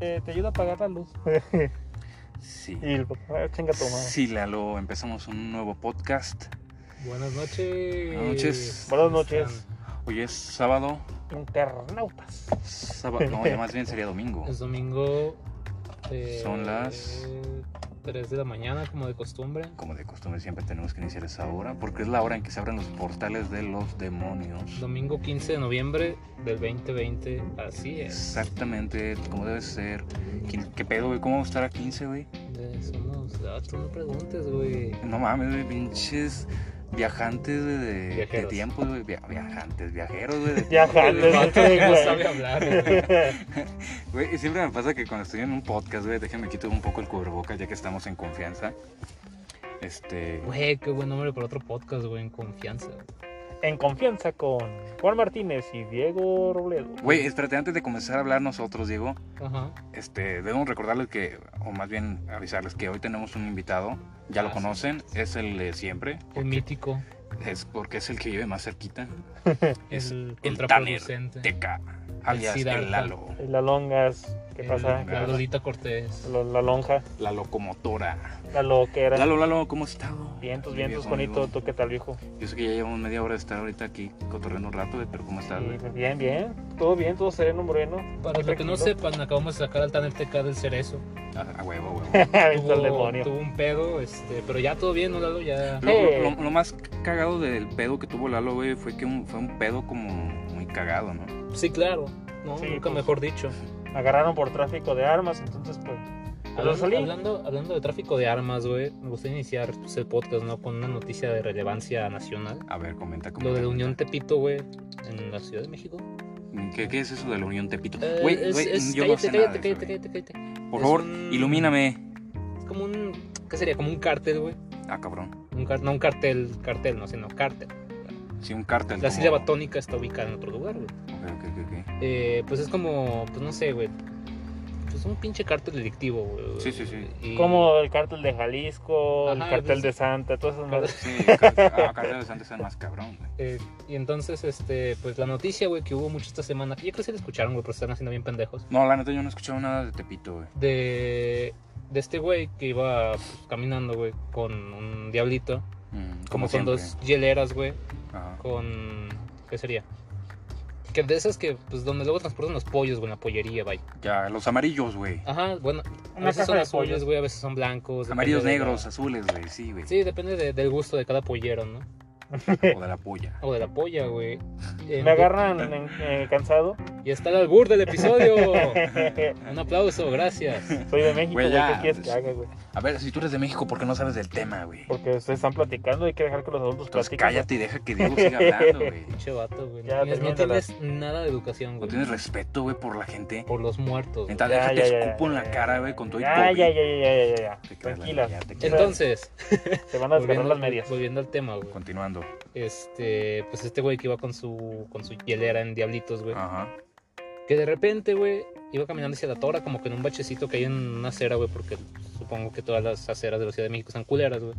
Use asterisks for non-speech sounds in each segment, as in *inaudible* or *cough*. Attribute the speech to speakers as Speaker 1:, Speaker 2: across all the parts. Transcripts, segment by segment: Speaker 1: Eh, te ayuda a pagar la luz.
Speaker 2: Sí.
Speaker 3: Eh,
Speaker 1: y el papá, "Ah, chinga tu madre.
Speaker 2: Sí, Lalo, empezamos un nuevo podcast.
Speaker 3: Buenas noches.
Speaker 2: Buenas noches.
Speaker 1: Buenas noches,
Speaker 2: Hoy es sábado.
Speaker 1: internautas.
Speaker 2: sábado no, ya más bien sería domingo.
Speaker 3: *laughs* Es domingo. eh,
Speaker 2: Son las-
Speaker 3: 3 de la mañana, como de costumbre.
Speaker 2: Como de costumbre, siempre tenemos que iniciar esa hora porque es la hora en que se abren los portales de los demonios.
Speaker 3: Domingo 15 de noviembre del 2020. Así es.
Speaker 2: Exactamente, como debe ser. ¿Qué, qué pedo, güey? ¿Cómo estará 15, güey?
Speaker 3: Eh, Somos. Ah, tú no preguntes, güey.
Speaker 2: No mames, güey, pinches viajantes güey, de, de
Speaker 3: Viajeros.
Speaker 2: tiempo, güey. via- viajantes, viajeros, güey.
Speaker 3: *laughs*
Speaker 2: de-
Speaker 1: Viajar,
Speaker 3: El vato
Speaker 1: *laughs*
Speaker 3: no sabe
Speaker 1: güey.
Speaker 3: hablar, güey.
Speaker 2: Güey, y siempre me pasa que cuando estoy en un podcast, güey, déjenme quito un poco el cubrebocas ya que estamos en confianza. Este.
Speaker 3: Güey, qué buen nombre para otro podcast, güey, en confianza.
Speaker 1: En confianza con Juan Martínez y Diego Robledo.
Speaker 2: Güey, espérate, antes de comenzar a hablar nosotros, Diego,
Speaker 3: Ajá.
Speaker 2: este, debemos recordarles que, o más bien avisarles que hoy tenemos un invitado, ya lo
Speaker 3: Ah, sí.
Speaker 2: conocen, es el de siempre,
Speaker 3: El mítico.
Speaker 2: es porque es el que vive más cerquita, es
Speaker 3: el
Speaker 2: el
Speaker 3: contraproducente.
Speaker 2: Teca, alias el,
Speaker 3: Siddhartha.
Speaker 2: Lalo,
Speaker 1: Y las longas, ¿qué
Speaker 3: El-
Speaker 1: pasa?
Speaker 3: La Lolita Cortés.
Speaker 1: La, la lonja,
Speaker 2: la locomotora.
Speaker 1: la loquera.
Speaker 2: Lalo, Lalo, ¿cómo has estado?
Speaker 1: Vientos,
Speaker 2: Mi
Speaker 1: vientos,
Speaker 2: viejo amigo.
Speaker 1: Juanito, ¿tú qué tal, viejo?
Speaker 2: Yo sé que ya llevamos media hora de estar ahorita aquí cotorreando un rato, güey, pero ¿cómo estás, güey?
Speaker 1: Sí, bien, bien, todo bien, todo sereno, moreno.
Speaker 3: Para los que
Speaker 1: *laughs*
Speaker 3: no sepan, acabamos de sacar al Tanel TK del cerezo.
Speaker 2: A, a huevo,
Speaker 1: *laughs*
Speaker 2: a huevo.
Speaker 1: Está el
Speaker 3: Tuvo,
Speaker 1: demonio.
Speaker 3: tuvo un pedo, este, pero ya todo bien, ¿no, Lalo? Ya.
Speaker 2: Lo, lo- lo más cagado del pedo que tuvo Lalo, güey, fue que un- fue un pedo como muy cagado, ¿no?
Speaker 3: Sí, claro. No,
Speaker 1: Sí,
Speaker 3: nunca
Speaker 1: pues.
Speaker 3: mejor dicho.
Speaker 1: Agarraron por tráfico de armas, entonces, pues. Pero
Speaker 3: Hablando,
Speaker 1: salí.
Speaker 3: hablando, hablando de tráfico de armas, güey, me gustaría iniciar pues, el podcast, ¿no? Con una noticia de relevancia nacional.
Speaker 2: A ver, comenta cómo.
Speaker 3: Lo de la Unión Tepito, güey, en la Ciudad de México.
Speaker 2: ¿Qué, qué es eso de la Unión Tepito?
Speaker 3: Eh,
Speaker 2: Güey,
Speaker 3: es-
Speaker 2: güey,
Speaker 3: es-
Speaker 2: yo no
Speaker 3: cállate,
Speaker 2: sé nada
Speaker 3: cállate,
Speaker 2: de eso,
Speaker 3: cállate,
Speaker 2: güey.
Speaker 3: cállate, cállate.
Speaker 2: Por
Speaker 3: Es
Speaker 2: favor,
Speaker 3: un-
Speaker 2: ilumíname.
Speaker 3: Es como un. ¿Qué sería? Como un cártel, güey.
Speaker 2: Ah, cabrón.
Speaker 3: Un car- no un cartel, cartel, no, sino cártel.
Speaker 2: Sí, un cártel.
Speaker 3: La
Speaker 2: como-
Speaker 3: sílaba tónica está ubicada en otro lugar, güey.
Speaker 2: Ok, ok, ok, ok.
Speaker 3: Eh, pues es como, pues no sé, güey. Pues un pinche cártel delictivo, güey.
Speaker 2: Sí, sí, sí.
Speaker 3: Y-
Speaker 1: Como el cártel de Jalisco, el
Speaker 3: Ajá,
Speaker 1: cartel
Speaker 3: pues-
Speaker 1: de Santa, todas esas madres.
Speaker 2: Sí, cártel- *laughs* ah, cárteles antes eran más cabrón, güey.
Speaker 3: eh, y entonces, este, pues la noticia, güey, que hubo mucho esta semana, que yo creo que sí la escucharon, güey, pero se están haciendo bien pendejos.
Speaker 2: No, la neta, yo no he escuchado nada de Tepito, güey.
Speaker 3: De, de este güey que iba pues, caminando, güey, con un diablito.
Speaker 2: Mm, como
Speaker 3: Como con
Speaker 2: siempre.
Speaker 3: dos hieleras, güey,
Speaker 2: Ajá.
Speaker 3: con. ¿Qué sería? Que de esas que, pues donde luego transportan los pollos, güey, en la pollería, vaya.
Speaker 2: Ya, los amarillos, güey.
Speaker 3: Ajá, bueno, a
Speaker 1: Una
Speaker 3: veces
Speaker 1: caja
Speaker 3: son
Speaker 1: de
Speaker 3: azules,
Speaker 1: pollos.
Speaker 3: güey, a veces son blancos. depende
Speaker 2: Amarillos,
Speaker 3: de la-
Speaker 2: negros, azules, güey. Sí, güey.
Speaker 3: Sí, depende de- del gusto de cada pollero, ¿no?
Speaker 2: O de la polla.
Speaker 3: O de la
Speaker 1: *laughs*
Speaker 3: polla, güey. Eh,
Speaker 1: Me agarran en- eh,
Speaker 3: *laughs*
Speaker 1: cansado.
Speaker 3: Y está el albur del episodio.
Speaker 1: Soy
Speaker 3: Un aplauso, gracias.
Speaker 1: de México,
Speaker 2: Güey,
Speaker 1: güey,
Speaker 2: ya,
Speaker 1: ¿qué quieres que
Speaker 2: pues.
Speaker 1: haga, güey?
Speaker 2: A ver, si tú eres de México, ¿por qué no sabes del tema, güey?
Speaker 1: Porque ustedes están platicando, hay que dejar que los adultos
Speaker 2: Entonces
Speaker 1: platiquen.
Speaker 2: Pues cállate y deja que Diego siga hablando, güey.
Speaker 3: Pinche vato, güey.
Speaker 1: Ya,
Speaker 3: No tienes, no
Speaker 1: termínala.
Speaker 3: tienes nada de educación,
Speaker 2: No
Speaker 3: güey.
Speaker 2: tienes respeto, güey, por la gente.
Speaker 3: Por los muertos. güey.
Speaker 2: Neta,
Speaker 1: Ya,
Speaker 2: déjate
Speaker 1: ya, ya,
Speaker 2: escupo en
Speaker 1: ya,
Speaker 2: la
Speaker 1: ya,
Speaker 2: cara,
Speaker 1: ya.
Speaker 2: güey, con todo y
Speaker 1: Ya,
Speaker 2: COVID.
Speaker 1: ya, ya, ya, ya, ya, ya.
Speaker 2: Te creas,
Speaker 1: Tranquila.
Speaker 2: Lalo, ya te creas.
Speaker 3: Entonces,
Speaker 1: Te van a desgarrar
Speaker 3: volviendo,
Speaker 1: las medias.
Speaker 3: volviendo al tema, güey.
Speaker 2: Continuando.
Speaker 3: Este, pues este güey que iba con su con su hielera en diablitos, güey.
Speaker 2: Ajá.
Speaker 3: Que de repente, güey, iba caminando hacia la tora como que en un bachecito que hay en una acera, güey, porque supongo que todas las aceras de la Ciudad de México están culeras, güey.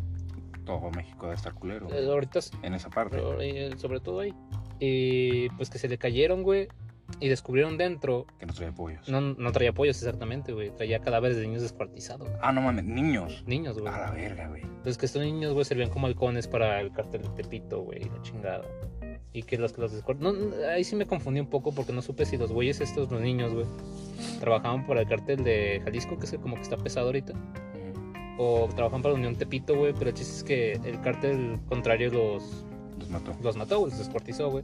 Speaker 2: Todo México debe estar culero. güey,
Speaker 3: Eh, Ahorita
Speaker 2: En esa parte.
Speaker 3: Pero, eh, sobre todo ahí. Y pues que se le cayeron, güey. Y descubrieron dentro.
Speaker 2: Que no trae pollos.
Speaker 3: No, no traía pollos exactamente, güey. Traía cadáveres de niños descuartizados. güey.
Speaker 2: Ah, no mames, niños.
Speaker 3: Niños, güey.
Speaker 2: A la verga, güey.
Speaker 3: Entonces que estos niños, güey, servían como halcones para el cartel de Tepito, güey. y La chingada. Y que los que los descuartizaron. ahí sí me confundí un poco porque no supe si los güeyes estos, los niños, güey, trabajaban para el cartel de Jalisco, que es el como que está pesado ahorita.
Speaker 2: Ujú.
Speaker 3: O trabajaban para la Unión Tepito, güey. Pero el chiste es que el cartel contrario los,
Speaker 2: Los mató.
Speaker 3: los mató, güey, los descuartizó, güey.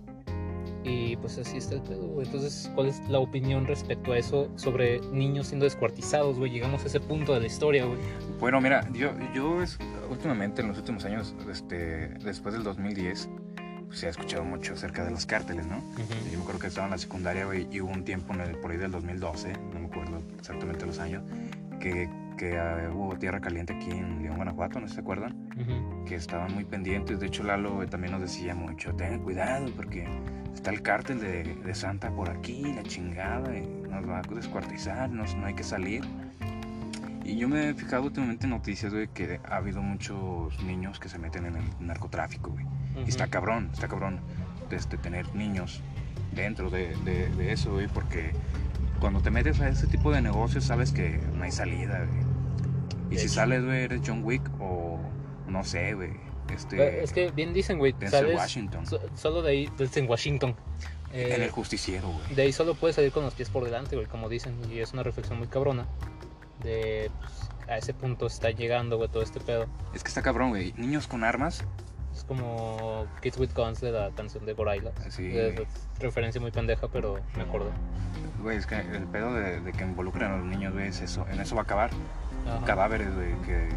Speaker 3: Y pues así está el pedo, güey. Entonces, ¿cuál es la opinión respecto a eso sobre niños siendo descuartizados, güey? Llegamos a ese punto de la historia, güey.
Speaker 2: Bueno, mira, yo, yo es- últimamente, en los últimos años, este, después del 2010, pues, se ha escuchado mucho acerca de los cárteles, ¿no? Yo me acuerdo que estaba en la secundaria, güey, y hubo un tiempo en el, por ahí del 2012, no me acuerdo exactamente los años, que, que eh, hubo tierra caliente aquí en León, Guanajuato, no sé si se acuerdan,
Speaker 3: Ujú.
Speaker 2: que estaban muy pendientes. De hecho, Lalo eh, también nos decía mucho, tengan cuidado porque está el cártel de, de Santa por aquí, la chingada, y nos va a descuartizar, nos- no hay que salir. Y yo me he fijado últimamente en noticias, güey, que ha habido muchos niños que se meten en el narcotráfico, güey. Y está cabrón, está cabrón este, tener niños dentro de, de- de eso, güey, porque cuando te metes a ese tipo de negocios sabes que no hay salida, güey. Y
Speaker 3: De
Speaker 2: si
Speaker 3: hecho.
Speaker 2: sales, güey, eres John Wick o no sé, güey. Este,
Speaker 3: Es que bien dicen, güey,
Speaker 2: Denzel
Speaker 3: sales
Speaker 2: Washington.
Speaker 3: so- solo de ahí, desde en Washington. Eh,
Speaker 2: En el justiciero, güey.
Speaker 3: de ahí solo puedes salir con los pies por delante, güey, como dicen. Y es una reflexión muy cabrona. De pues, a ese punto está llegando, güey, todo este pedo.
Speaker 2: Es que está cabrón, güey. Niños con armas.
Speaker 3: Es como Kids with Guns de la canción de Gorilla.
Speaker 2: Así,
Speaker 3: Es referencia muy pendeja, pero me acuerdo.
Speaker 2: güey, es que el pedo de, de que involucran a los niños, güey, es eso. En eso va a acabar.
Speaker 3: Ajá.
Speaker 2: Cadáveres, güey, que,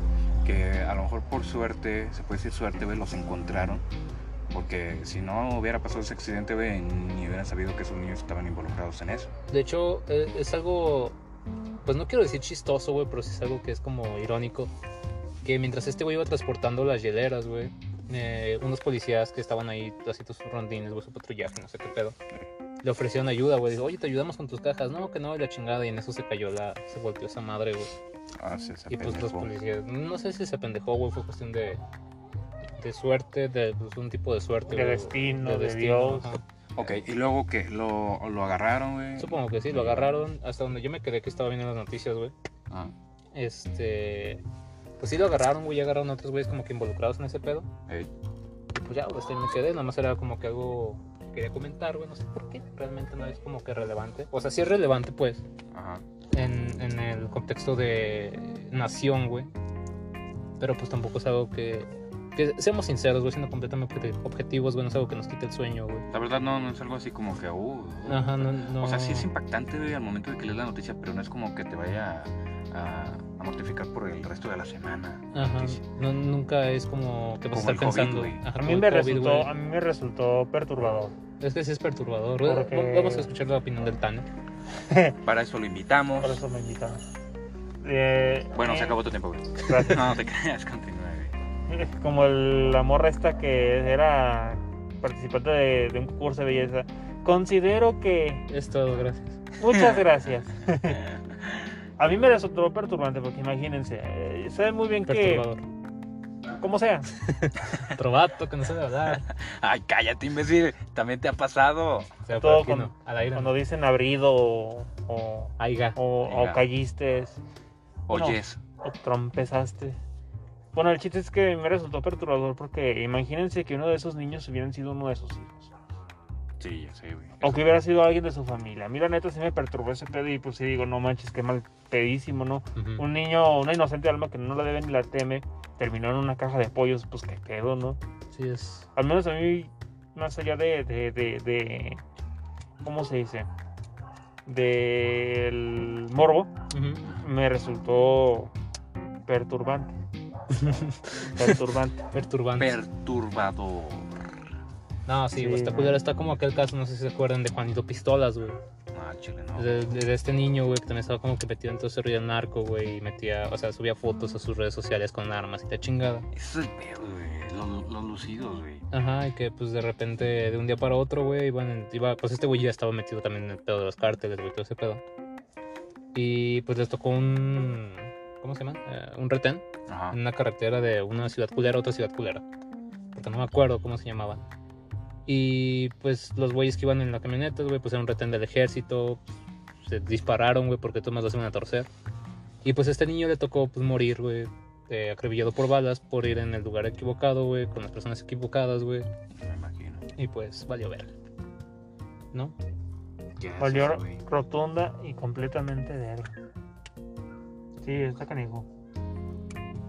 Speaker 2: que a lo mejor por suerte, se puede decir suerte, güey, los encontraron. Porque si no hubiera pasado ese accidente, güey, ni hubieran sabido que esos niños estaban involucrados en eso.
Speaker 3: De hecho, eh, es, algo, pues no quiero decir chistoso, güey, pero sí es algo que es como irónico. Que mientras este güey iba transportando las hieleras, güey, eh, unos policías que estaban ahí haciendo sus rondines, güey, su patrullaje, no sé qué pedo, le ofrecieron ayuda, güey. Dijo, oye, te ayudamos con tus cajas. No, que no, y la chingada. Y en eso se cayó la, se volteó esa madre, güey.
Speaker 2: Ah, se- se
Speaker 3: Y pues los
Speaker 2: apendejó.
Speaker 3: policías, no sé si se pendejó, güey, fue cuestión de, de suerte, de pues, un tipo de suerte.
Speaker 1: De
Speaker 3: güey,
Speaker 1: destino, de Dios.
Speaker 3: ajá.
Speaker 2: Ok, y luego que lo, lo agarraron, güey.
Speaker 3: Supongo que sí, lo agarraron hasta donde yo me quedé que estaba viendo las noticias, güey.
Speaker 2: Ah,
Speaker 3: Este. Pues sí lo agarraron, güey. ya Agarraron a otros güeyes como que involucrados en ese pedo.
Speaker 2: ey.
Speaker 3: Y pues ya, güey, hasta ahí me quedé. Nomás era como que algo que quería comentar, güey. No sé por qué. Realmente no es como que relevante. O sea, sí es relevante, pues.
Speaker 2: Ajá.
Speaker 3: En, en el contexto de nación, güey. Pero pues tampoco es algo que. Que seamos sinceros, güey. Siendo completamente objetivos, güey. No es algo que nos quite el sueño, güey.
Speaker 2: La verdad no, no es algo así como que, uh, uh.
Speaker 3: Ajá, no. no...
Speaker 2: O sea, sí es impactante güey, al momento de que lees la noticia, pero no es como que te vaya a, a mortificar por el resto de la semana.
Speaker 3: Ajá,
Speaker 2: Noticia.
Speaker 3: no, nunca es como que vas
Speaker 2: Pues, Como
Speaker 3: a estar
Speaker 2: el COVID,
Speaker 3: pensando.
Speaker 2: güey.
Speaker 3: Ajá,
Speaker 1: A
Speaker 3: como
Speaker 1: mí,
Speaker 3: el
Speaker 1: me
Speaker 3: COVID, güey.
Speaker 1: resultó, a mí me resultó perturbador.
Speaker 3: Es que sí es perturbador.
Speaker 1: Porque-
Speaker 3: Bueno, Vamos a escuchar la opinión del Tano.
Speaker 2: Para eso lo invitamos.
Speaker 1: Por eso me invitan. Eh,
Speaker 2: Bueno, se
Speaker 1: eh,
Speaker 2: acabó tu tiempo, güey.
Speaker 1: *laughs* gracias.
Speaker 2: *laughs* No, no te creas, continúa, güey.
Speaker 1: Como el- la morra esta que era participante de, de un concurso de belleza. Considero que...
Speaker 3: Es todo, gracias.
Speaker 2: *laughs*
Speaker 1: Muchas gracias. *laughs* A mí me resultó perturbante porque imagínense, eh, saben muy bien que...
Speaker 3: Perturbador.
Speaker 1: Como sea.
Speaker 3: Trovato, que no sabe hablar.
Speaker 2: Ay, cállate, imbécil. También te ha pasado.
Speaker 3: O sea,
Speaker 1: Todo
Speaker 3: por aquí
Speaker 1: con-
Speaker 3: no, Al aire.
Speaker 1: Cuando
Speaker 3: no.
Speaker 1: dicen abrido o, o,
Speaker 3: Aiga.
Speaker 1: o-
Speaker 2: Venga.
Speaker 1: o calliste No.
Speaker 2: Oyes.
Speaker 1: o trompezaste. Bueno, el chiste es que me resultó perturbador porque imagínense que uno de esos niños hubieran sido uno de sus hijos.
Speaker 2: Sí, ya sé, güey.
Speaker 1: O que hubiera sido alguien de su familia. A mí la neta sí me perturbó ese pedo y pues sí digo, no manches, qué mal pedísimo, ¿no?
Speaker 3: Ujú.
Speaker 1: Un niño, una inocente alma que no la debe ni la teme, terminó en una caja de pollos, pues qué pedo, ¿no?
Speaker 3: Sí, es.
Speaker 1: Al menos a mí, más allá de, de, de, de- ¿cómo se dice? Del morbo,
Speaker 3: Ujú.
Speaker 1: me resultó perturbante. Perturbante.
Speaker 3: Perturbante.
Speaker 2: Perturbador.
Speaker 3: No, sí, pues,
Speaker 1: Sí,
Speaker 3: güey, está
Speaker 1: no.
Speaker 3: culero. Está como aquel caso, no sé si se acuerdan, de Juanito Pistolas, güey.
Speaker 2: Ah, chile, no.
Speaker 3: De, de- de este niño, güey, que también estaba como que metido en todo ese ruido narco, güey. Y metía, o sea, subía fotos a sus redes sociales con armas y la chingada.
Speaker 2: Ese es el pedo, güey. Los, los lucidos, güey.
Speaker 3: Ajá, y que pues de repente, de un día para otro, güey, iban, en- iba, pues este güey ya estaba metido también en el pedo de los cárteles, güey, todo ese pedo. Y pues les tocó un, ¿cómo se llama? Eh, un retén
Speaker 2: Ajá.
Speaker 3: en una carretera de una ciudad culera a otra ciudad culera. Porque no me acuerdo cómo se llamaba. Y pues los güeyes que iban en la camioneta, güey, pues era un retén del ejército, se dispararon, güey, porque todos más lo iban a torcer. Y pues a este niño le tocó pues, morir, güey, eh, acribillado por balas, por ir en el lugar equivocado, güey, con las personas equivocadas, güey.
Speaker 2: Me imagino.
Speaker 3: Y pues valió ver. ¿No?
Speaker 2: ¿Quién es
Speaker 1: Valió
Speaker 2: ese, güey?
Speaker 1: rotunda y completamente de él. Sí, está canijo.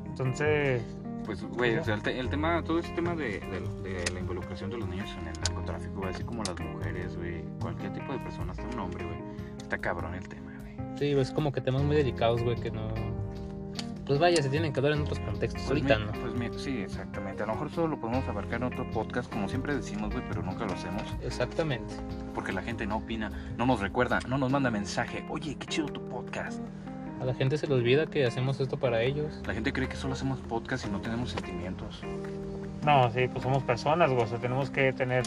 Speaker 1: Entonces,
Speaker 2: Pues, güey, o sea, el, te- el tema, todo ese tema de, de- de la involucración de los niños en el narcotráfico, güey, así como las mujeres, güey, cualquier tipo de persona, hasta un hombre, güey, está cabrón el tema, güey. Pues
Speaker 3: Sí, es como que temas muy delicados, güey, que no. Pues vaya, se tienen que hablar en otros contextos.
Speaker 2: Pues
Speaker 3: Ahorita
Speaker 2: mi-
Speaker 3: no.
Speaker 2: Pues mi- sí, exactamente. A lo mejor solo lo podemos abarcar en otro podcast, como siempre decimos, güey, pero nunca lo hacemos,
Speaker 3: Exactamente.
Speaker 2: porque la gente no opina, no nos recuerda, no nos manda mensaje, oye, qué chido tu podcast.
Speaker 3: A la gente se le olvida que hacemos esto para ellos.
Speaker 2: La gente cree que solo hacemos podcast y no tenemos
Speaker 1: *laughs*
Speaker 2: sentimientos.
Speaker 1: no, sí, pues somos personas, güey. O sea, tenemos que tener,